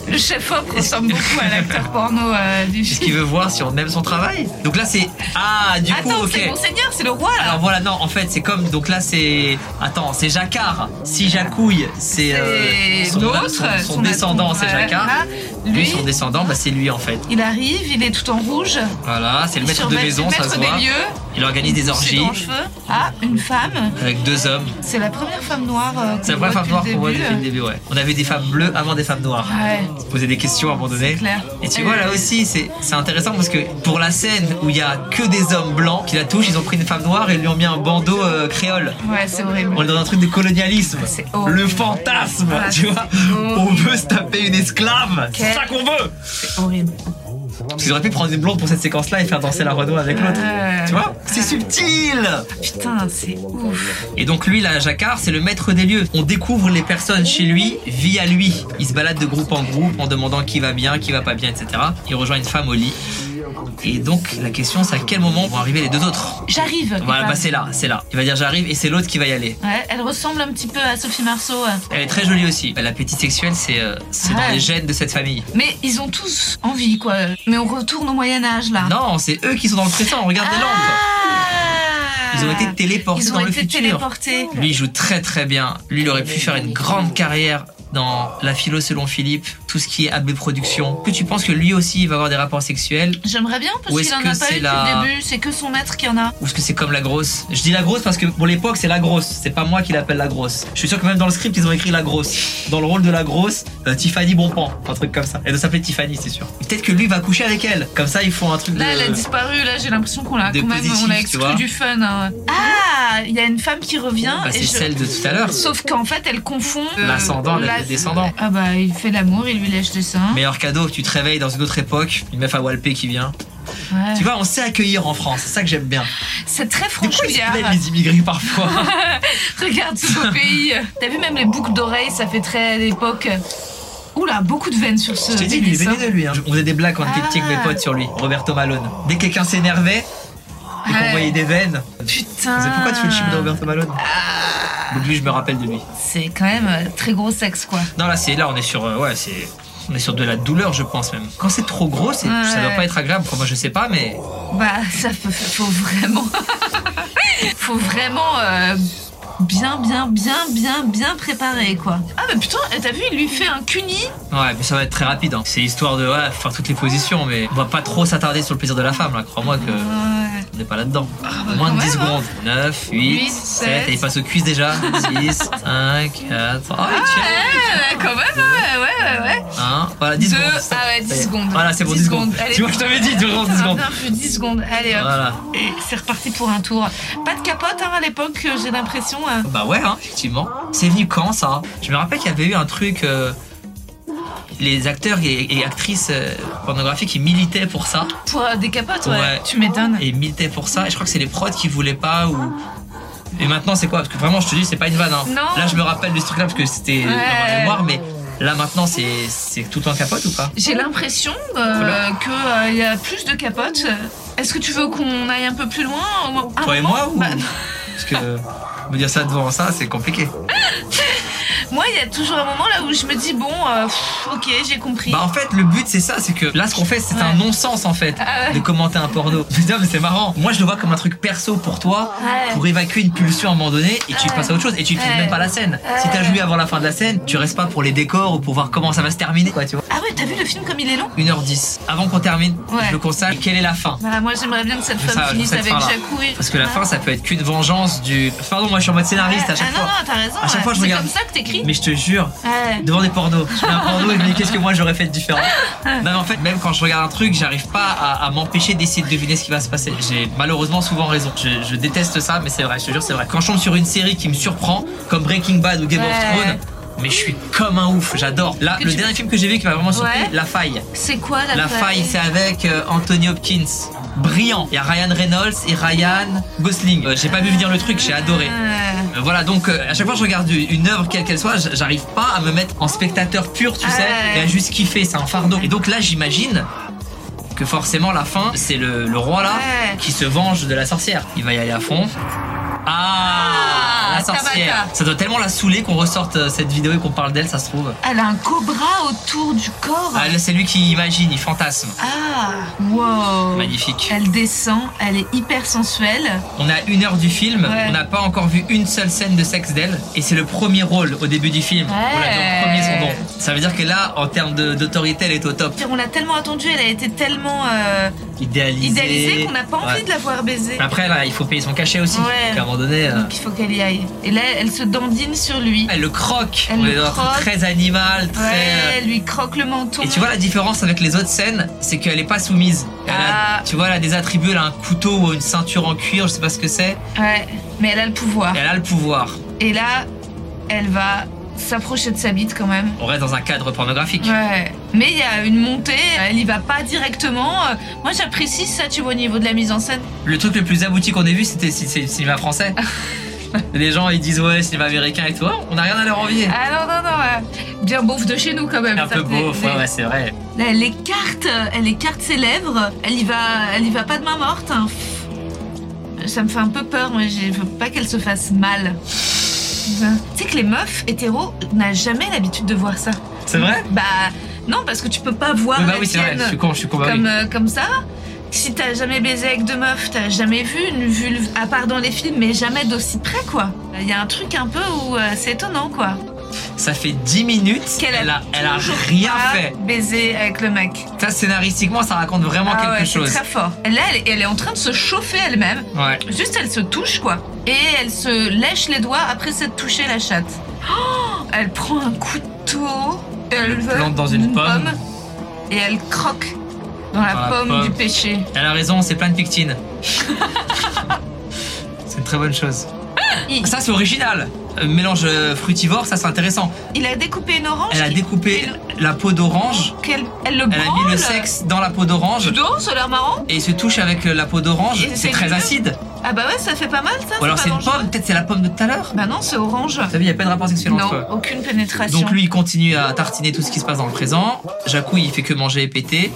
[SPEAKER 2] Le chef op ressemble beaucoup à l'acteur porno euh, du
[SPEAKER 3] Puisqu'il
[SPEAKER 2] film.
[SPEAKER 3] veut voir si on aime son travail. Donc là c'est. Ah, du coup,
[SPEAKER 2] Attends,
[SPEAKER 3] ok.
[SPEAKER 2] c'est Monseigneur, c'est le roi, là.
[SPEAKER 3] Alors voilà, non, en fait, c'est comme. Donc là, c'est. Attends, c'est Jacquard. Si Jacouille, c'est. euh,
[SPEAKER 2] C'est l'autre,
[SPEAKER 3] son, son
[SPEAKER 2] son
[SPEAKER 3] descendant,
[SPEAKER 2] atout,
[SPEAKER 3] c'est
[SPEAKER 2] ouais.
[SPEAKER 3] Jacquard.
[SPEAKER 2] Ah,
[SPEAKER 3] lui,
[SPEAKER 2] lui-
[SPEAKER 3] son descendant, bah, c'est lui en fait.
[SPEAKER 2] Il arrive, il est tout en rouge.
[SPEAKER 3] Voilà, c'est le
[SPEAKER 2] Il
[SPEAKER 3] maître de
[SPEAKER 2] surveille-
[SPEAKER 3] maison,
[SPEAKER 2] le
[SPEAKER 3] ça
[SPEAKER 2] maître
[SPEAKER 3] se
[SPEAKER 2] des
[SPEAKER 3] voit.
[SPEAKER 2] lieux.
[SPEAKER 3] Il organise des
[SPEAKER 2] C'est
[SPEAKER 3] orgies
[SPEAKER 2] dans le cheveu. Ah, une femme.
[SPEAKER 3] avec deux hommes.
[SPEAKER 2] C'est la première femme noire. euh, qu'on
[SPEAKER 3] C'est la première
[SPEAKER 2] voit
[SPEAKER 3] femme noire
[SPEAKER 2] depuis
[SPEAKER 3] qu'on voit
[SPEAKER 2] le
[SPEAKER 3] depuis le
[SPEAKER 2] début. euh.
[SPEAKER 3] début, ouais. On avait des femmes bleues avant des femmes noires.
[SPEAKER 2] Ouais.
[SPEAKER 3] On se posait des questions à un moment donné.
[SPEAKER 2] clair.
[SPEAKER 3] Et tu
[SPEAKER 2] Et
[SPEAKER 3] vois,
[SPEAKER 2] oui.
[SPEAKER 3] là aussi, c'est c'est intéressant parce que pour la scène où il y a que des hommes blancs qui la touchent, ils ont pris une femme noire et lui ont mis un bandeau euh, créole.
[SPEAKER 2] Ouais, c'est horrible.
[SPEAKER 3] On est dans un truc de colonialisme.
[SPEAKER 2] C'est horrible.
[SPEAKER 3] Le fantasme,
[SPEAKER 2] Ah,
[SPEAKER 3] tu vois.
[SPEAKER 2] c'est
[SPEAKER 3] On
[SPEAKER 2] horrible.
[SPEAKER 3] veut se taper une esclave. C'est
[SPEAKER 2] Quel-
[SPEAKER 3] ça qu'on veut.
[SPEAKER 2] C'est horrible.
[SPEAKER 3] Parce qu'ils auraient pu prendre une blonde pour cette séquence-là et faire danser la Renault avec
[SPEAKER 2] Ah.
[SPEAKER 3] l'autre.
[SPEAKER 2] Ouais.
[SPEAKER 3] Tu vois C'est
[SPEAKER 2] Ah.
[SPEAKER 3] subtil.
[SPEAKER 2] Euh, Putain, c'est ouf.
[SPEAKER 3] Et donc lui, là, Jacquard, c'est le maître des lieux. On découvre les personnes chez lui via lui. Il se balade de groupe en groupe en demandant qui va bien, qui va pas bien, etc. Il rejoint une femme au lit. Et donc la question, c'est à quel moment vont arriver les deux autres
[SPEAKER 2] J'arrive.
[SPEAKER 3] Voilà,
[SPEAKER 2] les
[SPEAKER 3] bah
[SPEAKER 2] femmes.
[SPEAKER 3] c'est là, c'est là. Il va dire j'arrive et c'est l'autre qui va y aller.
[SPEAKER 2] Ouais, elle ressemble un petit peu à Sophie Marceau. hein. ouais.
[SPEAKER 3] Elle est très jolie aussi. L'appétit sexuel, c'est euh, c'est dans
[SPEAKER 2] Ouais.
[SPEAKER 3] les gènes de cette famille.
[SPEAKER 2] Mais ils ont tous envie, quoi. Mais on retourne au Moyen-Âge, là.
[SPEAKER 3] Non, c'est eux qui sont dans le présent. Regarde les lampes.
[SPEAKER 2] Ah
[SPEAKER 3] Ils ont été téléportés
[SPEAKER 2] Ils ont
[SPEAKER 3] dans le
[SPEAKER 2] été
[SPEAKER 3] futur.
[SPEAKER 2] téléportés.
[SPEAKER 3] Lui il joue très très bien. Lui il aurait pu faire une grande carrière dans la philo selon Philippe, tout ce qui est AB Productions. Que tu penses que lui aussi il va avoir des rapports sexuels
[SPEAKER 2] J'aimerais bien, parce
[SPEAKER 3] Ou
[SPEAKER 2] qu'il
[SPEAKER 3] est-ce
[SPEAKER 2] en a
[SPEAKER 3] que
[SPEAKER 2] pas eu
[SPEAKER 3] c'est
[SPEAKER 2] depuis
[SPEAKER 3] la-
[SPEAKER 2] le début. C'est que son maître qui en a.
[SPEAKER 3] ou est-ce que c'est comme la grosse Je dis la grosse parce que pour l'époque c'est la grosse, c'est pas moi qui l'appelle la grosse. Je suis sûr que même dans le script ils ont écrit la grosse. Dans le rôle de la grosse, euh, Tiffany Bonpan, un truc comme ça. Elle doit s'appeler Tiffany c'est sûr. Peut-être que lui va coucher avec elle. Comme ça ils font un truc
[SPEAKER 2] Là,
[SPEAKER 3] de...
[SPEAKER 2] elle a disparu. Là, j'ai l'impression qu'on l'a
[SPEAKER 3] de
[SPEAKER 2] quand même,
[SPEAKER 3] positif,
[SPEAKER 2] on l'a
[SPEAKER 3] tu vois.
[SPEAKER 2] exclu du fun. hein. Ah, il y a une femme qui revient.
[SPEAKER 3] Bah, c'est
[SPEAKER 2] et je-
[SPEAKER 3] celle de tout à l'heure.
[SPEAKER 2] Sauf qu'en fait, elle confond euh,
[SPEAKER 3] L'ascendant, le
[SPEAKER 2] la-
[SPEAKER 3] descendant.
[SPEAKER 2] Ah bah, il fait l'amour, il lui lèche les seins.
[SPEAKER 3] Meilleur cadeau, tu te réveilles dans une autre époque, une meuf à Walpé qui vient.
[SPEAKER 2] Ouais.
[SPEAKER 3] Tu vois, on sait accueillir en France, c'est ça que j'aime bien.
[SPEAKER 2] C'est très
[SPEAKER 3] Du coup, ils se
[SPEAKER 2] franchouillard.
[SPEAKER 3] plaignent, les immigrés parfois.
[SPEAKER 2] Regarde ce beau pays. T'as vu même les boucles d'oreilles, ça fait très l'époque. Oula, beaucoup de veines sur ce.
[SPEAKER 3] Je t'ai dit, il est
[SPEAKER 2] pénis,
[SPEAKER 3] venu
[SPEAKER 2] hein.
[SPEAKER 3] de lui. hein. On faisait des blagues quand on était
[SPEAKER 2] Ah.
[SPEAKER 3] petit avec mes potes sur lui, Roberto Malone. Dès que quelqu'un s'énervait et qu'on
[SPEAKER 2] Ouais.
[SPEAKER 3] voyait des veines,
[SPEAKER 2] Putain. Ah.
[SPEAKER 3] on disait, pourquoi tu fais le chip de Roberto Malone Donc lui, je me rappelle de lui.
[SPEAKER 2] C'est quand même euh, très gros sexe, quoi.
[SPEAKER 3] Non, là, c'est là, on est sur, euh, ouais, c'est. On est sur de la douleur, je pense même. Quand c'est trop gros, c'est- ça
[SPEAKER 2] Ouais.
[SPEAKER 3] doit pas être agréable. Enfin, moi, je sais pas, mais
[SPEAKER 2] Bah, ça faut, faut vraiment. Faut vraiment euh, bien, bien, bien, bien, bien préparer, quoi. Ah, mais putain, t'as vu, il lui fait un cuni
[SPEAKER 3] Ouais, mais ça va être très rapide. hein. C'est histoire de ouais, faire toutes les positions, mais on va pas trop s'attarder sur le plaisir de la femme, là. Crois-moi que
[SPEAKER 2] Ouais.
[SPEAKER 3] on n'est pas là-dedans.
[SPEAKER 2] bah,
[SPEAKER 3] Moins
[SPEAKER 2] quand
[SPEAKER 3] de 10
[SPEAKER 2] même, hein.
[SPEAKER 3] secondes. 9, 8,
[SPEAKER 2] Huit,
[SPEAKER 3] 7,
[SPEAKER 2] sept.
[SPEAKER 3] et il passe aux cuisses déjà. 6, 5,
[SPEAKER 2] Ouais,
[SPEAKER 3] 4. Oh, il tient.
[SPEAKER 2] Ah, bah, quand même, ouais, ouais, ouais, ouais.
[SPEAKER 3] Un, voilà, 10
[SPEAKER 2] Ah, Deux,
[SPEAKER 3] secondes.
[SPEAKER 2] ah ouais,
[SPEAKER 3] Ça y
[SPEAKER 2] 10
[SPEAKER 3] est.
[SPEAKER 2] secondes.
[SPEAKER 3] Voilà, c'est bon, 10 secondes. Tu vois, je t'avais dit, tu vois, 10 secondes.
[SPEAKER 2] Bien, plus 10 secondes. Allez, hop.
[SPEAKER 3] Voilà.
[SPEAKER 2] Et c'est reparti pour un tour. Pas de capote hein, à l'époque, euh, j'ai l'impression. euh.
[SPEAKER 3] Bah ouais, hein, effectivement. C'est venu quand ça Je me rappelle qu'il y avait eu un truc. euh, les acteurs et, et actrices euh, pornographiques, ils militaient pour ça.
[SPEAKER 2] Pour euh, des capotes, ouais.
[SPEAKER 3] Ouais.
[SPEAKER 2] Tu m'étonnes.
[SPEAKER 3] Et ils militaient pour ça. Et je crois que c'est les prods qui voulaient pas ou. Et maintenant, c'est quoi Parce que vraiment, je te dis, c'est pas une vanne. hein.
[SPEAKER 2] Non.
[SPEAKER 3] Là, je me rappelle de ce truc-là parce que c'était dans ma
[SPEAKER 2] Ouais.
[SPEAKER 3] mémoire, mais là, maintenant, c'est c'est tout en capote ou pas
[SPEAKER 2] J'ai l'impression euh, qu'il y a plus de capotes. Est-ce que tu veux qu'on aille un peu plus loin au- un
[SPEAKER 3] Toi et
[SPEAKER 2] moment
[SPEAKER 3] moi ou
[SPEAKER 2] Bah, non.
[SPEAKER 3] Parce que me dire ça devant ça, c'est compliqué.
[SPEAKER 2] Moi, il y a toujours un moment là où je me dis bon, euh, pff, ok, j'ai compris.
[SPEAKER 3] Bah en fait le but c'est ça, c'est que là ce qu'on fait c'est un
[SPEAKER 2] Ouais.
[SPEAKER 3] non-sens en fait
[SPEAKER 2] Ah ouais.
[SPEAKER 3] de commenter un porno. Putain mais c'est marrant. Moi je le vois comme un truc perso pour toi,
[SPEAKER 2] Ouais.
[SPEAKER 3] pour évacuer une pulsion à un moment donné et tu passes à autre chose et tu filmes
[SPEAKER 2] Ouais.
[SPEAKER 3] même pas la scène. Si t'as joué avant la fin de la scène, tu restes pas pour les décors ou pour voir comment ça va se terminer quoi tu vois.
[SPEAKER 2] Ah ouais, t'as vu le film comme il est long
[SPEAKER 3] 1h10 avant qu'on termine,
[SPEAKER 2] Ouais.
[SPEAKER 3] je veux qu'on sache quelle est la fin.
[SPEAKER 2] Bah moi, j'aimerais bien que cette
[SPEAKER 3] Ça,
[SPEAKER 2] femme finisse
[SPEAKER 3] cette
[SPEAKER 2] avec Ah.
[SPEAKER 3] fin-là.
[SPEAKER 2] Jacouille.
[SPEAKER 3] Parce que la fin ça peut être qu'une vengeance du. Pardon moi je suis en mode scénariste à chaque
[SPEAKER 2] ah
[SPEAKER 3] fois.
[SPEAKER 2] non, non, t'as raison.
[SPEAKER 3] À chaque
[SPEAKER 2] ouais.
[SPEAKER 3] fois je
[SPEAKER 2] C'est
[SPEAKER 3] regarde.
[SPEAKER 2] comme ça que t'écris.
[SPEAKER 3] Mais je te jure,
[SPEAKER 2] Ouais.
[SPEAKER 3] devant des pornos. Je fais un porno et je me dis qu'est-ce que moi j'aurais fait de différent. Non, mais en fait, même quand je regarde un truc, j'arrive pas à, à m'empêcher d'essayer de deviner ce qui va se passer. J'ai malheureusement souvent raison. Je, je déteste ça, mais c'est vrai, je te jure, c'est vrai. Quand je tombe sur une série qui me surprend, comme Breaking Bad ou Game of
[SPEAKER 2] Ouais.
[SPEAKER 3] Thrones, mais je suis comme un ouf, j'adore. Là,
[SPEAKER 2] Que
[SPEAKER 3] le
[SPEAKER 2] tu-
[SPEAKER 3] dernier film que j'ai vu qui m'a vraiment surpris,
[SPEAKER 2] Ouais.
[SPEAKER 3] La Faille.
[SPEAKER 2] C'est quoi la,
[SPEAKER 3] La Faille, c'est avec euh, Anthony Hopkins. Brillant. Il y a Ryan Reynolds et Ryan Gosling. Euh, j'ai pas vu venir le truc, j'ai adoré.
[SPEAKER 2] Ouais.
[SPEAKER 3] Euh, Voilà, donc euh, à chaque fois que je regarde une une œuvre, quelle qu'elle soit, j- j'arrive pas à me mettre en spectateur pur, tu
[SPEAKER 2] Ah
[SPEAKER 3] sais,
[SPEAKER 2] ouais.
[SPEAKER 3] et à juste kiffer, c'est un fardeau. Et donc là, j'imagine que forcément, la fin, c'est le, le roi là
[SPEAKER 2] Ouais.
[SPEAKER 3] qui se venge de la sorcière. Il va y aller à fond. Ah,
[SPEAKER 2] Ah,
[SPEAKER 3] la sorcière.
[SPEAKER 2] Tabata.
[SPEAKER 3] Ça doit tellement la saouler qu'on ressorte euh, cette vidéo et qu'on parle d'elle, ça se trouve.
[SPEAKER 2] Elle a un cobra autour du corps.
[SPEAKER 3] Ah, là, c'est lui qui imagine, il fantasme.
[SPEAKER 2] Ah, wow.
[SPEAKER 3] Magnifique.
[SPEAKER 2] Elle descend, elle est hyper sensuelle.
[SPEAKER 3] On a une heure du film,
[SPEAKER 2] Ouais.
[SPEAKER 3] on n'a pas encore vu une seule scène de sexe d'elle, et c'est le premier rôle au début du film. On l'a vu en
[SPEAKER 2] Ouais.
[SPEAKER 3] premier second. Ça veut dire que là, en termes de- d'autorité, elle est au top.
[SPEAKER 2] On l'a tellement attendue, elle a été tellement euh,
[SPEAKER 3] Idéalisée.
[SPEAKER 2] idéalisée qu'on n'a pas envie
[SPEAKER 3] Ouais.
[SPEAKER 2] de la voir baiser.
[SPEAKER 3] Après, là, il faut payer son cachet aussi.
[SPEAKER 2] Ouais.
[SPEAKER 3] Donc, À un moment donné, euh,
[SPEAKER 2] Donc il faut qu'elle y aille. Et là, elle se dandine sur lui.
[SPEAKER 3] elle le croque.
[SPEAKER 2] Elle
[SPEAKER 3] on
[SPEAKER 2] le
[SPEAKER 3] est dans un truc
[SPEAKER 2] croque.
[SPEAKER 3] très animal, très.
[SPEAKER 2] Ouais,
[SPEAKER 3] euh,
[SPEAKER 2] elle lui croque le menton.
[SPEAKER 3] Et tu vois la différence avec les autres scènes, c'est qu'elle est pas soumise. Elle a-
[SPEAKER 2] Ah.
[SPEAKER 3] tu vois, elle a des attributs, elle a un couteau ou une ceinture en cuir, je sais pas ce que c'est.
[SPEAKER 2] Ouais, mais elle a le pouvoir.
[SPEAKER 3] et Elle a le pouvoir.
[SPEAKER 2] Et là, elle va s'approcher de sa bite quand même.
[SPEAKER 3] On reste dans un cadre pornographique.
[SPEAKER 2] Ouais, mais il y a une montée, elle y va pas directement. Euh, Moi j'apprécie ça, tu vois, au niveau de la mise en scène.
[SPEAKER 3] Le truc le plus abouti qu'on ait vu, c'était c'est- c'est le cinéma français.
[SPEAKER 2] Ah.
[SPEAKER 3] Les gens ils disent ouais cinéma américain et tout, Oh, on n'a rien à leur envier.
[SPEAKER 2] Ah non, non, non, ouais. bien beauf de chez nous quand même.
[SPEAKER 3] un
[SPEAKER 2] Ça
[SPEAKER 3] peu
[SPEAKER 2] fait
[SPEAKER 3] beau,
[SPEAKER 2] des-
[SPEAKER 3] ouais, ouais, c'est vrai.
[SPEAKER 2] Là, elle écarte, elle écarte ses lèvres, elle y va, elle y va pas de main morte. hein. Ça me fait un peu peur, moi je veux pas qu'elle se fasse mal. Tu sais que les meufs hétéros n'a jamais l'habitude de voir ça.
[SPEAKER 3] C'est vrai
[SPEAKER 2] Bah non, parce que tu peux pas voir
[SPEAKER 3] Bah
[SPEAKER 2] la
[SPEAKER 3] oui c'est vrai,
[SPEAKER 2] tienne.
[SPEAKER 3] je suis con, je suis con. bah oui.
[SPEAKER 2] comme, euh, comme ça. Si t'as jamais baisé avec deux meufs, t'as jamais vu une vulve, à part dans les films, mais jamais d'aussi près, quoi. Il y a un truc un peu où euh, c'est étonnant, quoi.
[SPEAKER 3] Ça fait 10 minutes
[SPEAKER 2] Qu'elle a
[SPEAKER 3] elle a, elle a
[SPEAKER 2] toujours
[SPEAKER 3] rien
[SPEAKER 2] pas
[SPEAKER 3] fait.
[SPEAKER 2] Baisé avec le mec.
[SPEAKER 3] Ça scénaristiquement ça raconte vraiment
[SPEAKER 2] Ah
[SPEAKER 3] quelque
[SPEAKER 2] ouais, c'est
[SPEAKER 3] chose.
[SPEAKER 2] très fort. Là, elle, elle est en train de se chauffer elle-même.
[SPEAKER 3] Ouais.
[SPEAKER 2] Juste, elle se touche, quoi. Et elle se lèche les doigts après s'être touché la chatte. Oh, elle prend un couteau. Elle
[SPEAKER 3] le
[SPEAKER 2] veut
[SPEAKER 3] plante dans une pomme.
[SPEAKER 2] Et elle croque dans la,
[SPEAKER 3] Dans la
[SPEAKER 2] pomme,
[SPEAKER 3] pomme.
[SPEAKER 2] du péché.
[SPEAKER 3] Elle a raison, c'est plein de pectine. c'est une très bonne chose.
[SPEAKER 2] Ah, Il-
[SPEAKER 3] Ça c'est original. Euh, Mélange euh, fruitivore, ça c'est intéressant.
[SPEAKER 2] Il a découpé une orange.
[SPEAKER 3] Elle a
[SPEAKER 2] qui-
[SPEAKER 3] découpé la peau d'orange,
[SPEAKER 2] qu'elle elle le
[SPEAKER 3] elle a
[SPEAKER 2] branle.
[SPEAKER 3] mis le sexe dans la peau d'orange.
[SPEAKER 2] Dis donc, ça a l'air marrant.
[SPEAKER 3] et il se touche avec euh, la peau d'orange,
[SPEAKER 2] Et
[SPEAKER 3] c'est
[SPEAKER 2] c'est
[SPEAKER 3] très
[SPEAKER 2] dur.
[SPEAKER 3] acide.
[SPEAKER 2] Ah bah ouais, ça fait pas mal ça.
[SPEAKER 3] Ou alors
[SPEAKER 2] pas
[SPEAKER 3] c'est une
[SPEAKER 2] dangereux.
[SPEAKER 3] pomme, peut-être c'est la pomme de tout à l'heure.
[SPEAKER 2] Bah non, c'est orange.
[SPEAKER 3] Vous savez, il n'y a pas de rapport sexuel
[SPEAKER 2] Non,
[SPEAKER 3] entre eux.
[SPEAKER 2] aucune pénétration.
[SPEAKER 3] Donc lui, il continue à tartiner tout ce qui se passe dans le présent. Jacou, il fait que manger et péter.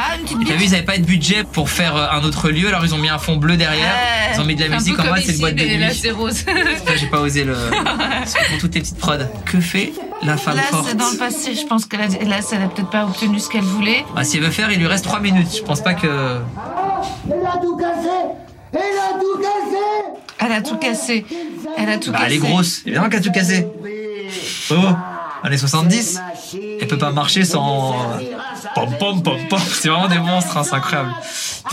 [SPEAKER 2] Ah, une petite
[SPEAKER 3] T'as vu,
[SPEAKER 2] bite.
[SPEAKER 3] ils n'avaient pas de budget pour faire euh, un autre lieu, alors ils ont mis un fond bleu derrière.
[SPEAKER 2] Ouais.
[SPEAKER 3] Ils ont mis de la
[SPEAKER 2] Ah, Un peu
[SPEAKER 3] musique en
[SPEAKER 2] comme
[SPEAKER 3] bas, c'est
[SPEAKER 2] ici,
[SPEAKER 3] une boîte de
[SPEAKER 2] mais Là,
[SPEAKER 3] nuit.
[SPEAKER 2] c'est rose.
[SPEAKER 3] Là, j'ai pas osé le. C'est pour toutes tes petites prods. Que fait la femme
[SPEAKER 2] Là,
[SPEAKER 3] forte
[SPEAKER 2] c'est dans le passé. Je pense que là, là ça n'a peut-être pas obtenu ce qu'elle voulait.
[SPEAKER 3] Ah, Si elle veut faire, il lui reste 3 minutes. Je pense pas que.
[SPEAKER 6] Elle a tout cassé Elle a tout cassé
[SPEAKER 2] Elle a tout cassé. Elle a tout
[SPEAKER 3] Bah,
[SPEAKER 2] cassé.
[SPEAKER 3] elle est grosse, évidemment qu'elle a tout cassé. Oh, années 70, elle peut pas marcher sans. Pom pom pom pom, c'est vraiment des monstres, hein, c'est incroyable.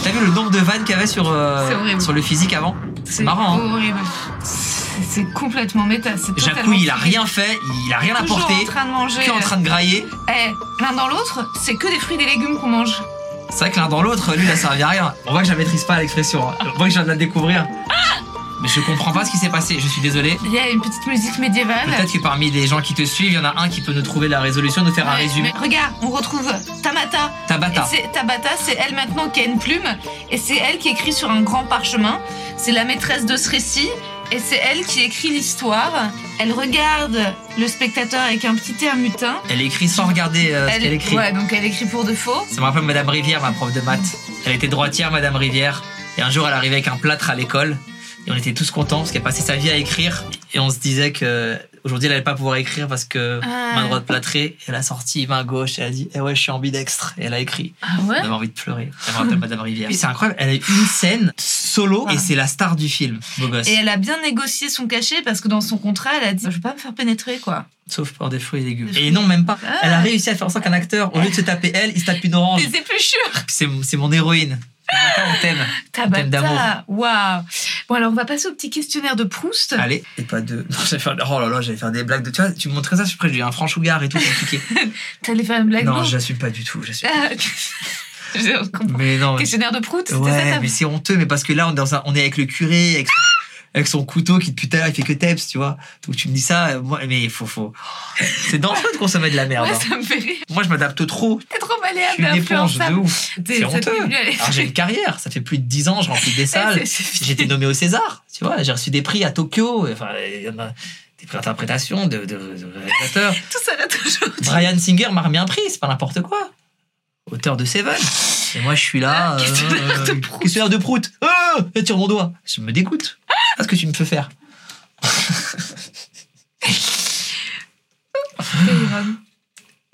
[SPEAKER 3] T'as vu le nombre de vannes qu'il y avait sur, euh,
[SPEAKER 2] C'est horrible.
[SPEAKER 3] sur le physique avant C'est marrant. Hein.
[SPEAKER 2] horrible. C'est c'est complètement méta. C'est totalement
[SPEAKER 3] Jacouille, il a
[SPEAKER 2] flippé.
[SPEAKER 3] rien fait, il a rien
[SPEAKER 2] Toujours
[SPEAKER 3] apporté,
[SPEAKER 2] en train de manger.
[SPEAKER 3] que en train de grailler.
[SPEAKER 2] Eh, l'un dans l'autre, c'est que des fruits et des légumes qu'on mange.
[SPEAKER 3] C'est vrai que l'un dans l'autre, lui, il a servi à rien. On voit que je la maîtrise pas l'expression, hein. on voit que je viens de la découvrir. Mais je comprends pas ce qui s'est passé, je suis désolé.
[SPEAKER 2] Il y a une petite musique médiévale.
[SPEAKER 3] Peut-être que parmi les gens qui te suivent, il y en a un qui peut nous trouver la résolution, nous faire un
[SPEAKER 2] Ouais,
[SPEAKER 3] résumé.
[SPEAKER 2] mais regarde, on retrouve Tamata.
[SPEAKER 3] Tabata.
[SPEAKER 2] Et c'est- Tabata, c'est elle maintenant qui a une plume, et c'est elle qui écrit sur un grand parchemin. C'est la maîtresse de ce récit, et c'est elle qui écrit l'histoire. Elle regarde le spectateur avec un petit air mutin.
[SPEAKER 3] Elle écrit sans regarder euh, ce qu'elle écrit.
[SPEAKER 2] Ouais, donc elle écrit pour de faux.
[SPEAKER 3] Ça me rappelle Madame Rivière, ma prof de maths. Elle était droitière, Madame Rivière. Et un jour, elle arrivait avec un plâtre à l'école. Et on était tous contents parce qu'elle passait sa vie à écrire. Et on se disait que aujourd'hui, elle allait pas pouvoir écrire parce que
[SPEAKER 2] Ah.
[SPEAKER 3] main droite plâtrée. Et elle a sorti main gauche. Et elle a dit, eh ouais, je suis ambidextre. Et elle a écrit.
[SPEAKER 2] Ah ouais
[SPEAKER 3] J'avais envie de pleurer. Ça me rappelle Madame Rivière. Puis c'est incroyable. Elle a eu une scène solo et c'est la star du film. Beau gosse.
[SPEAKER 2] Ah. Et elle a bien négocié son cachet parce que dans son contrat, elle a dit Je vais pas me faire pénétrer, quoi.
[SPEAKER 3] Sauf pour des fruits et légumes. Et non, même pas.
[SPEAKER 2] Ah.
[SPEAKER 3] Elle a réussi à faire en sorte qu'un acteur, au lieu de se taper elle, il se tape une orange.
[SPEAKER 2] Mais c'est plus sûr
[SPEAKER 3] C'est c'est mon héroïne. Matin, on t'aime. On t'aime d'amour.
[SPEAKER 2] Tabata Waouh Bon, alors on va passer au petit questionnaire de Proust.
[SPEAKER 3] Allez, et pas deux. Non, j'allais faire... Oh là là, j'allais faire des blagues de. Tu vois, tu me montrais ça, je suis prêt, j'ai eu un franchouillard et tout, compliqué.
[SPEAKER 2] T'allais faire une blague
[SPEAKER 3] non,
[SPEAKER 2] drôle
[SPEAKER 3] j'assume pas du tout. j'assume.
[SPEAKER 2] Ah, je comprends.
[SPEAKER 3] Mais non. Mais...
[SPEAKER 2] Questionnaire de Proust, c'était ça
[SPEAKER 3] Ouais,
[SPEAKER 2] ta-
[SPEAKER 3] mais c'est honteux, mais parce que là, on est, dans un- on est avec le curé, avec son... avec son couteau qui depuis tout à l'heure, il fait que teps, tu vois. Donc tu me dis ça, euh, moi, mais il faut. faut... C'est dangereux de consommer de la merde.
[SPEAKER 2] Ouais,
[SPEAKER 3] hein.
[SPEAKER 2] ça me fait rire.
[SPEAKER 3] Moi, je m'adapte trop.
[SPEAKER 2] T'es trop
[SPEAKER 3] Je
[SPEAKER 2] malléable,
[SPEAKER 3] suis une éponge de
[SPEAKER 2] influençable.
[SPEAKER 3] ouf.
[SPEAKER 2] T'es-
[SPEAKER 3] C'est
[SPEAKER 2] ça t'est
[SPEAKER 3] honteux.
[SPEAKER 2] venu à l'esprit.
[SPEAKER 3] Alors, j'ai une carrière, ça fait plus de 10 ans, je remplis des salles.
[SPEAKER 2] C'est- c'est-
[SPEAKER 3] J'ai été nommé au César, tu vois. J'ai reçu des prix à Tokyo, enfin, il y en a des prix d'interprétation, de, de, de réalisateurs.
[SPEAKER 2] Tout ça là toujours.
[SPEAKER 3] Brian Singer m'a remis un prix, c'est pas n'importe quoi. Auteur de Seven. Et moi, je suis là. euh,
[SPEAKER 2] Questionnaire de
[SPEAKER 3] euh,
[SPEAKER 2] Proust.
[SPEAKER 3] Questionnaire de Prout. Ah Et tire mon doigt. Je me dégoûte. Ah, ce que tu me fais faire.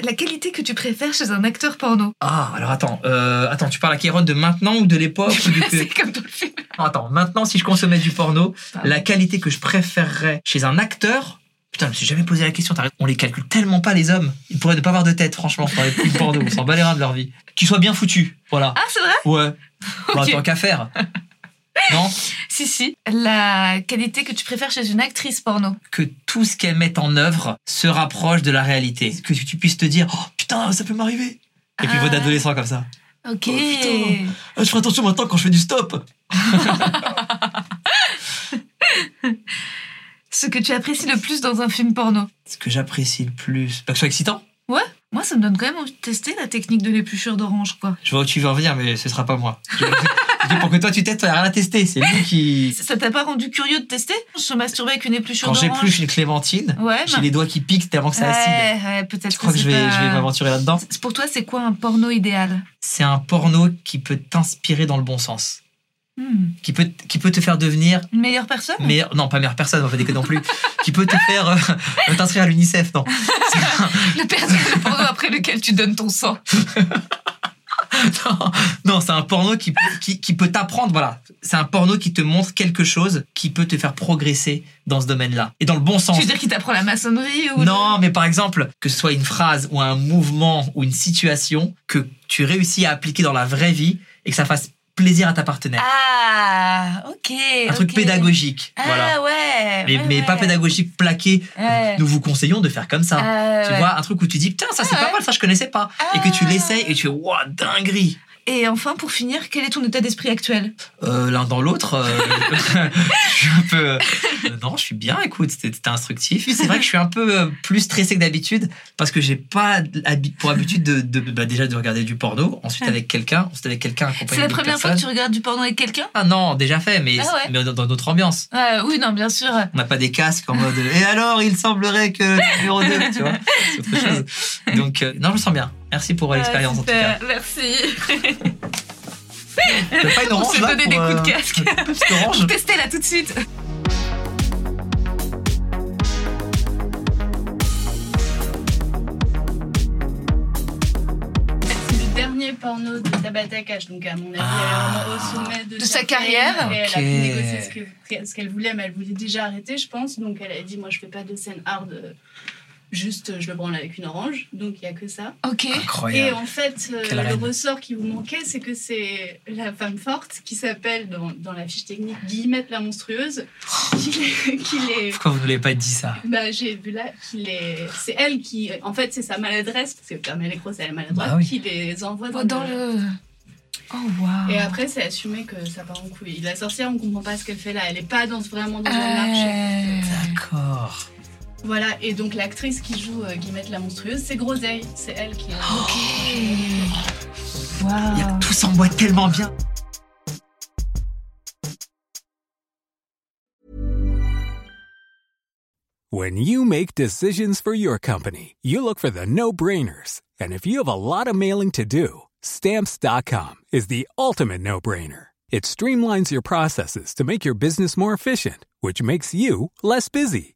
[SPEAKER 2] La qualité que tu préfères chez un acteur porno.
[SPEAKER 3] Ah, alors attends. euh, attends, tu parles à Kéron de maintenant ou de l'époque ou du-
[SPEAKER 2] C'est comme dans le film.
[SPEAKER 3] Non, Attends, maintenant, si je consommais du porno,
[SPEAKER 2] Pardon.
[SPEAKER 3] la qualité que je préférerais chez un acteur. Putain, je me suis jamais posé la question. t'as raison. On les calcule tellement pas, les hommes. Ils pourraient ne pas avoir de tête, franchement, dans les films porno. On s'en bat les reins de leur vie. Qu'ils soient bien foutus. Voilà.
[SPEAKER 2] Ah, c'est vrai
[SPEAKER 3] Ouais. Bah,
[SPEAKER 2] Ok.
[SPEAKER 3] tant qu'à faire. Non
[SPEAKER 2] Si, si. La qualité que tu préfères chez une actrice porno.
[SPEAKER 3] que tout ce qu'elles mettent en œuvre se rapproche de la réalité. Que tu puisses te dire, oh putain, ça peut m'arriver. Et puis,
[SPEAKER 2] Ah.
[SPEAKER 3] voix d'adolescent comme ça.
[SPEAKER 2] Ok.
[SPEAKER 3] Oh, putain. Ah, je ferai attention maintenant quand je fais du stop.
[SPEAKER 2] Ce que tu apprécies le plus dans un film porno.
[SPEAKER 3] Ce que j'apprécie le plus. Pas que ce soit excitant.
[SPEAKER 2] Ouais. Moi, ça me donne quand même envie de tester la technique de l'épluchure d'orange, quoi.
[SPEAKER 3] Je vois où tu veux en venir, mais ce sera pas moi. Je- je dis, pour que toi tu testes, t'as rien à tester. C'est lui qui.
[SPEAKER 2] Ça t'a pas rendu curieux de tester Se masturber avec une épluchure
[SPEAKER 3] Quand
[SPEAKER 2] d'orange
[SPEAKER 3] j'épluche une clémentine,
[SPEAKER 2] Ouais,
[SPEAKER 3] j'ai
[SPEAKER 2] mais-
[SPEAKER 3] les doigts qui piquent tellement que c'est acide.
[SPEAKER 2] Ouais, ouais, peut-être
[SPEAKER 3] Je crois que je
[SPEAKER 2] c'est
[SPEAKER 3] vais,
[SPEAKER 2] pas-
[SPEAKER 3] je vais m'aventurer là-dedans.
[SPEAKER 2] C'est- Pour toi, c'est quoi un porno idéal
[SPEAKER 3] C'est un porno qui peut t'inspirer dans le bon sens.
[SPEAKER 2] Hmm,
[SPEAKER 3] Qui peut, qui peut te faire devenir
[SPEAKER 2] Une meilleure personne
[SPEAKER 3] meilleur, non pas meilleure personne, on va pas déconner non plus, qui peut te faire euh, t'inscrire à l'UNICEF, non.
[SPEAKER 2] Le personnage porno après lequel tu donnes ton sang.
[SPEAKER 3] Non, non, c'est un porno qui, peut- qui, qui peut t'apprendre, voilà. C'est un porno qui te montre quelque chose qui peut te faire progresser dans ce domaine-là. Et dans le bon sens.
[SPEAKER 2] Tu veux dire qu'il t'apprend la maçonnerie ou
[SPEAKER 3] Non, mais par exemple, que ce soit une phrase ou un mouvement ou une situation que tu réussis à appliquer dans la vraie vie et que ça fasse plaisir à ta partenaire.
[SPEAKER 2] Ah, ok.
[SPEAKER 3] un truc pédagogique,
[SPEAKER 2] Ah
[SPEAKER 3] voilà.
[SPEAKER 2] ouais.
[SPEAKER 3] Mais,
[SPEAKER 2] ouais,
[SPEAKER 3] mais pas
[SPEAKER 2] ouais.
[SPEAKER 3] pédagogique plaqué.
[SPEAKER 2] Ouais.
[SPEAKER 3] Nous vous conseillons de faire comme ça.
[SPEAKER 2] Ah,
[SPEAKER 3] Tu
[SPEAKER 2] ouais.
[SPEAKER 3] vois, un truc où tu dis putain, ça c'est
[SPEAKER 2] Ah ouais.
[SPEAKER 3] pas mal, ça je connaissais pas.
[SPEAKER 2] Ah.
[SPEAKER 3] Et que tu l'essayes et tu fais waouh, dinguerie.
[SPEAKER 2] Et enfin, pour finir, quel est ton état d'esprit actuel
[SPEAKER 3] Euh, L'un dans l'autre, euh, je suis un peu. euh, non, je suis bien, écoute, c'était c'était instructif. C'est vrai que je suis un peu euh, plus stressé que d'habitude parce que j'ai pas habi- pour habitude de, de- bah, déjà de regarder du porno, ensuite avec quelqu'un, ensuite avec quelqu'un accompagné
[SPEAKER 2] C'est la
[SPEAKER 3] d'autres
[SPEAKER 2] première fois que tu
[SPEAKER 3] personnes.
[SPEAKER 2] regardes du porno avec quelqu'un
[SPEAKER 3] Ah non, déjà fait, mais,
[SPEAKER 2] Ah ouais.
[SPEAKER 3] mais dans, dans notre ambiance.
[SPEAKER 2] Ouais, Oui, non, bien sûr.
[SPEAKER 3] On n'a pas des casques en mode et alors il semblerait que le numéro 2, tu vois, c'est autre chose. Donc, euh, non, je me sens bien. Merci pour euh, l'expérience
[SPEAKER 2] Ah,
[SPEAKER 3] en tout cas.
[SPEAKER 2] super, Merci.
[SPEAKER 3] T'as pas une
[SPEAKER 2] On
[SPEAKER 3] orange,
[SPEAKER 2] s'est
[SPEAKER 3] là,
[SPEAKER 2] donné
[SPEAKER 3] pour,
[SPEAKER 2] des coups de
[SPEAKER 3] euh,
[SPEAKER 2] casque.
[SPEAKER 3] une petite orange
[SPEAKER 2] Testez là tout de suite.
[SPEAKER 6] C'est le dernier porno porno de Tabata Cash. Donc, à mon avis, elle est vraiment au sommet de,
[SPEAKER 2] De sa
[SPEAKER 6] sa
[SPEAKER 2] carrière.
[SPEAKER 6] Et elle a
[SPEAKER 3] Ah. Ok.
[SPEAKER 6] pu négocier ce que- ce qu'elle voulait, mais elle voulait déjà arrêter, je pense. Donc, elle a dit Moi, je fais pas de scène hard, euh, juste euh, je le branle avec une orange. Donc, il y a que ça.
[SPEAKER 2] Ok.
[SPEAKER 6] Et
[SPEAKER 3] Ah, Incroyable.
[SPEAKER 6] en fait, euh,
[SPEAKER 3] Quelle
[SPEAKER 6] le
[SPEAKER 3] reine.
[SPEAKER 6] ressort qui vous manquait, c'est que c'est la femme forte qui s'appelle, dans, dans la fiche technique, Guillemette la monstrueuse,
[SPEAKER 3] Oh.
[SPEAKER 6] qui les- qui les
[SPEAKER 3] Pourquoi vous ne l'avez pas dit ça
[SPEAKER 6] bah, j'ai vu là qu'il est. C'est elle qui. En fait, c'est sa maladresse, parce que comme elle est grosse, elle est maladresse,
[SPEAKER 3] Bah oui.
[SPEAKER 6] qui les envoie dans,
[SPEAKER 2] Dans
[SPEAKER 6] le...
[SPEAKER 2] le. Oh waouh.
[SPEAKER 6] Et après, c'est assumé que ça part en couille. La sorcière, on comprend pas ce qu'elle fait là. Elle est pas dans, vraiment dans un marché.
[SPEAKER 2] Euh,
[SPEAKER 3] D'accord.
[SPEAKER 6] Voilà, et donc l'actrice qui joue euh, Guillemette la monstrueuse, c'est Groseille. C'est elle qui.
[SPEAKER 2] Ok.
[SPEAKER 3] Il y a-
[SPEAKER 2] Waouh.
[SPEAKER 3] Tout s'emboîte tellement bien.
[SPEAKER 7] When you make decisions for your company, you look for the no brainers. And if you have a lot of mailing to do, stamps.com is the ultimate no brainer. It streamlines your processes to make your business more efficient, which makes you less busy.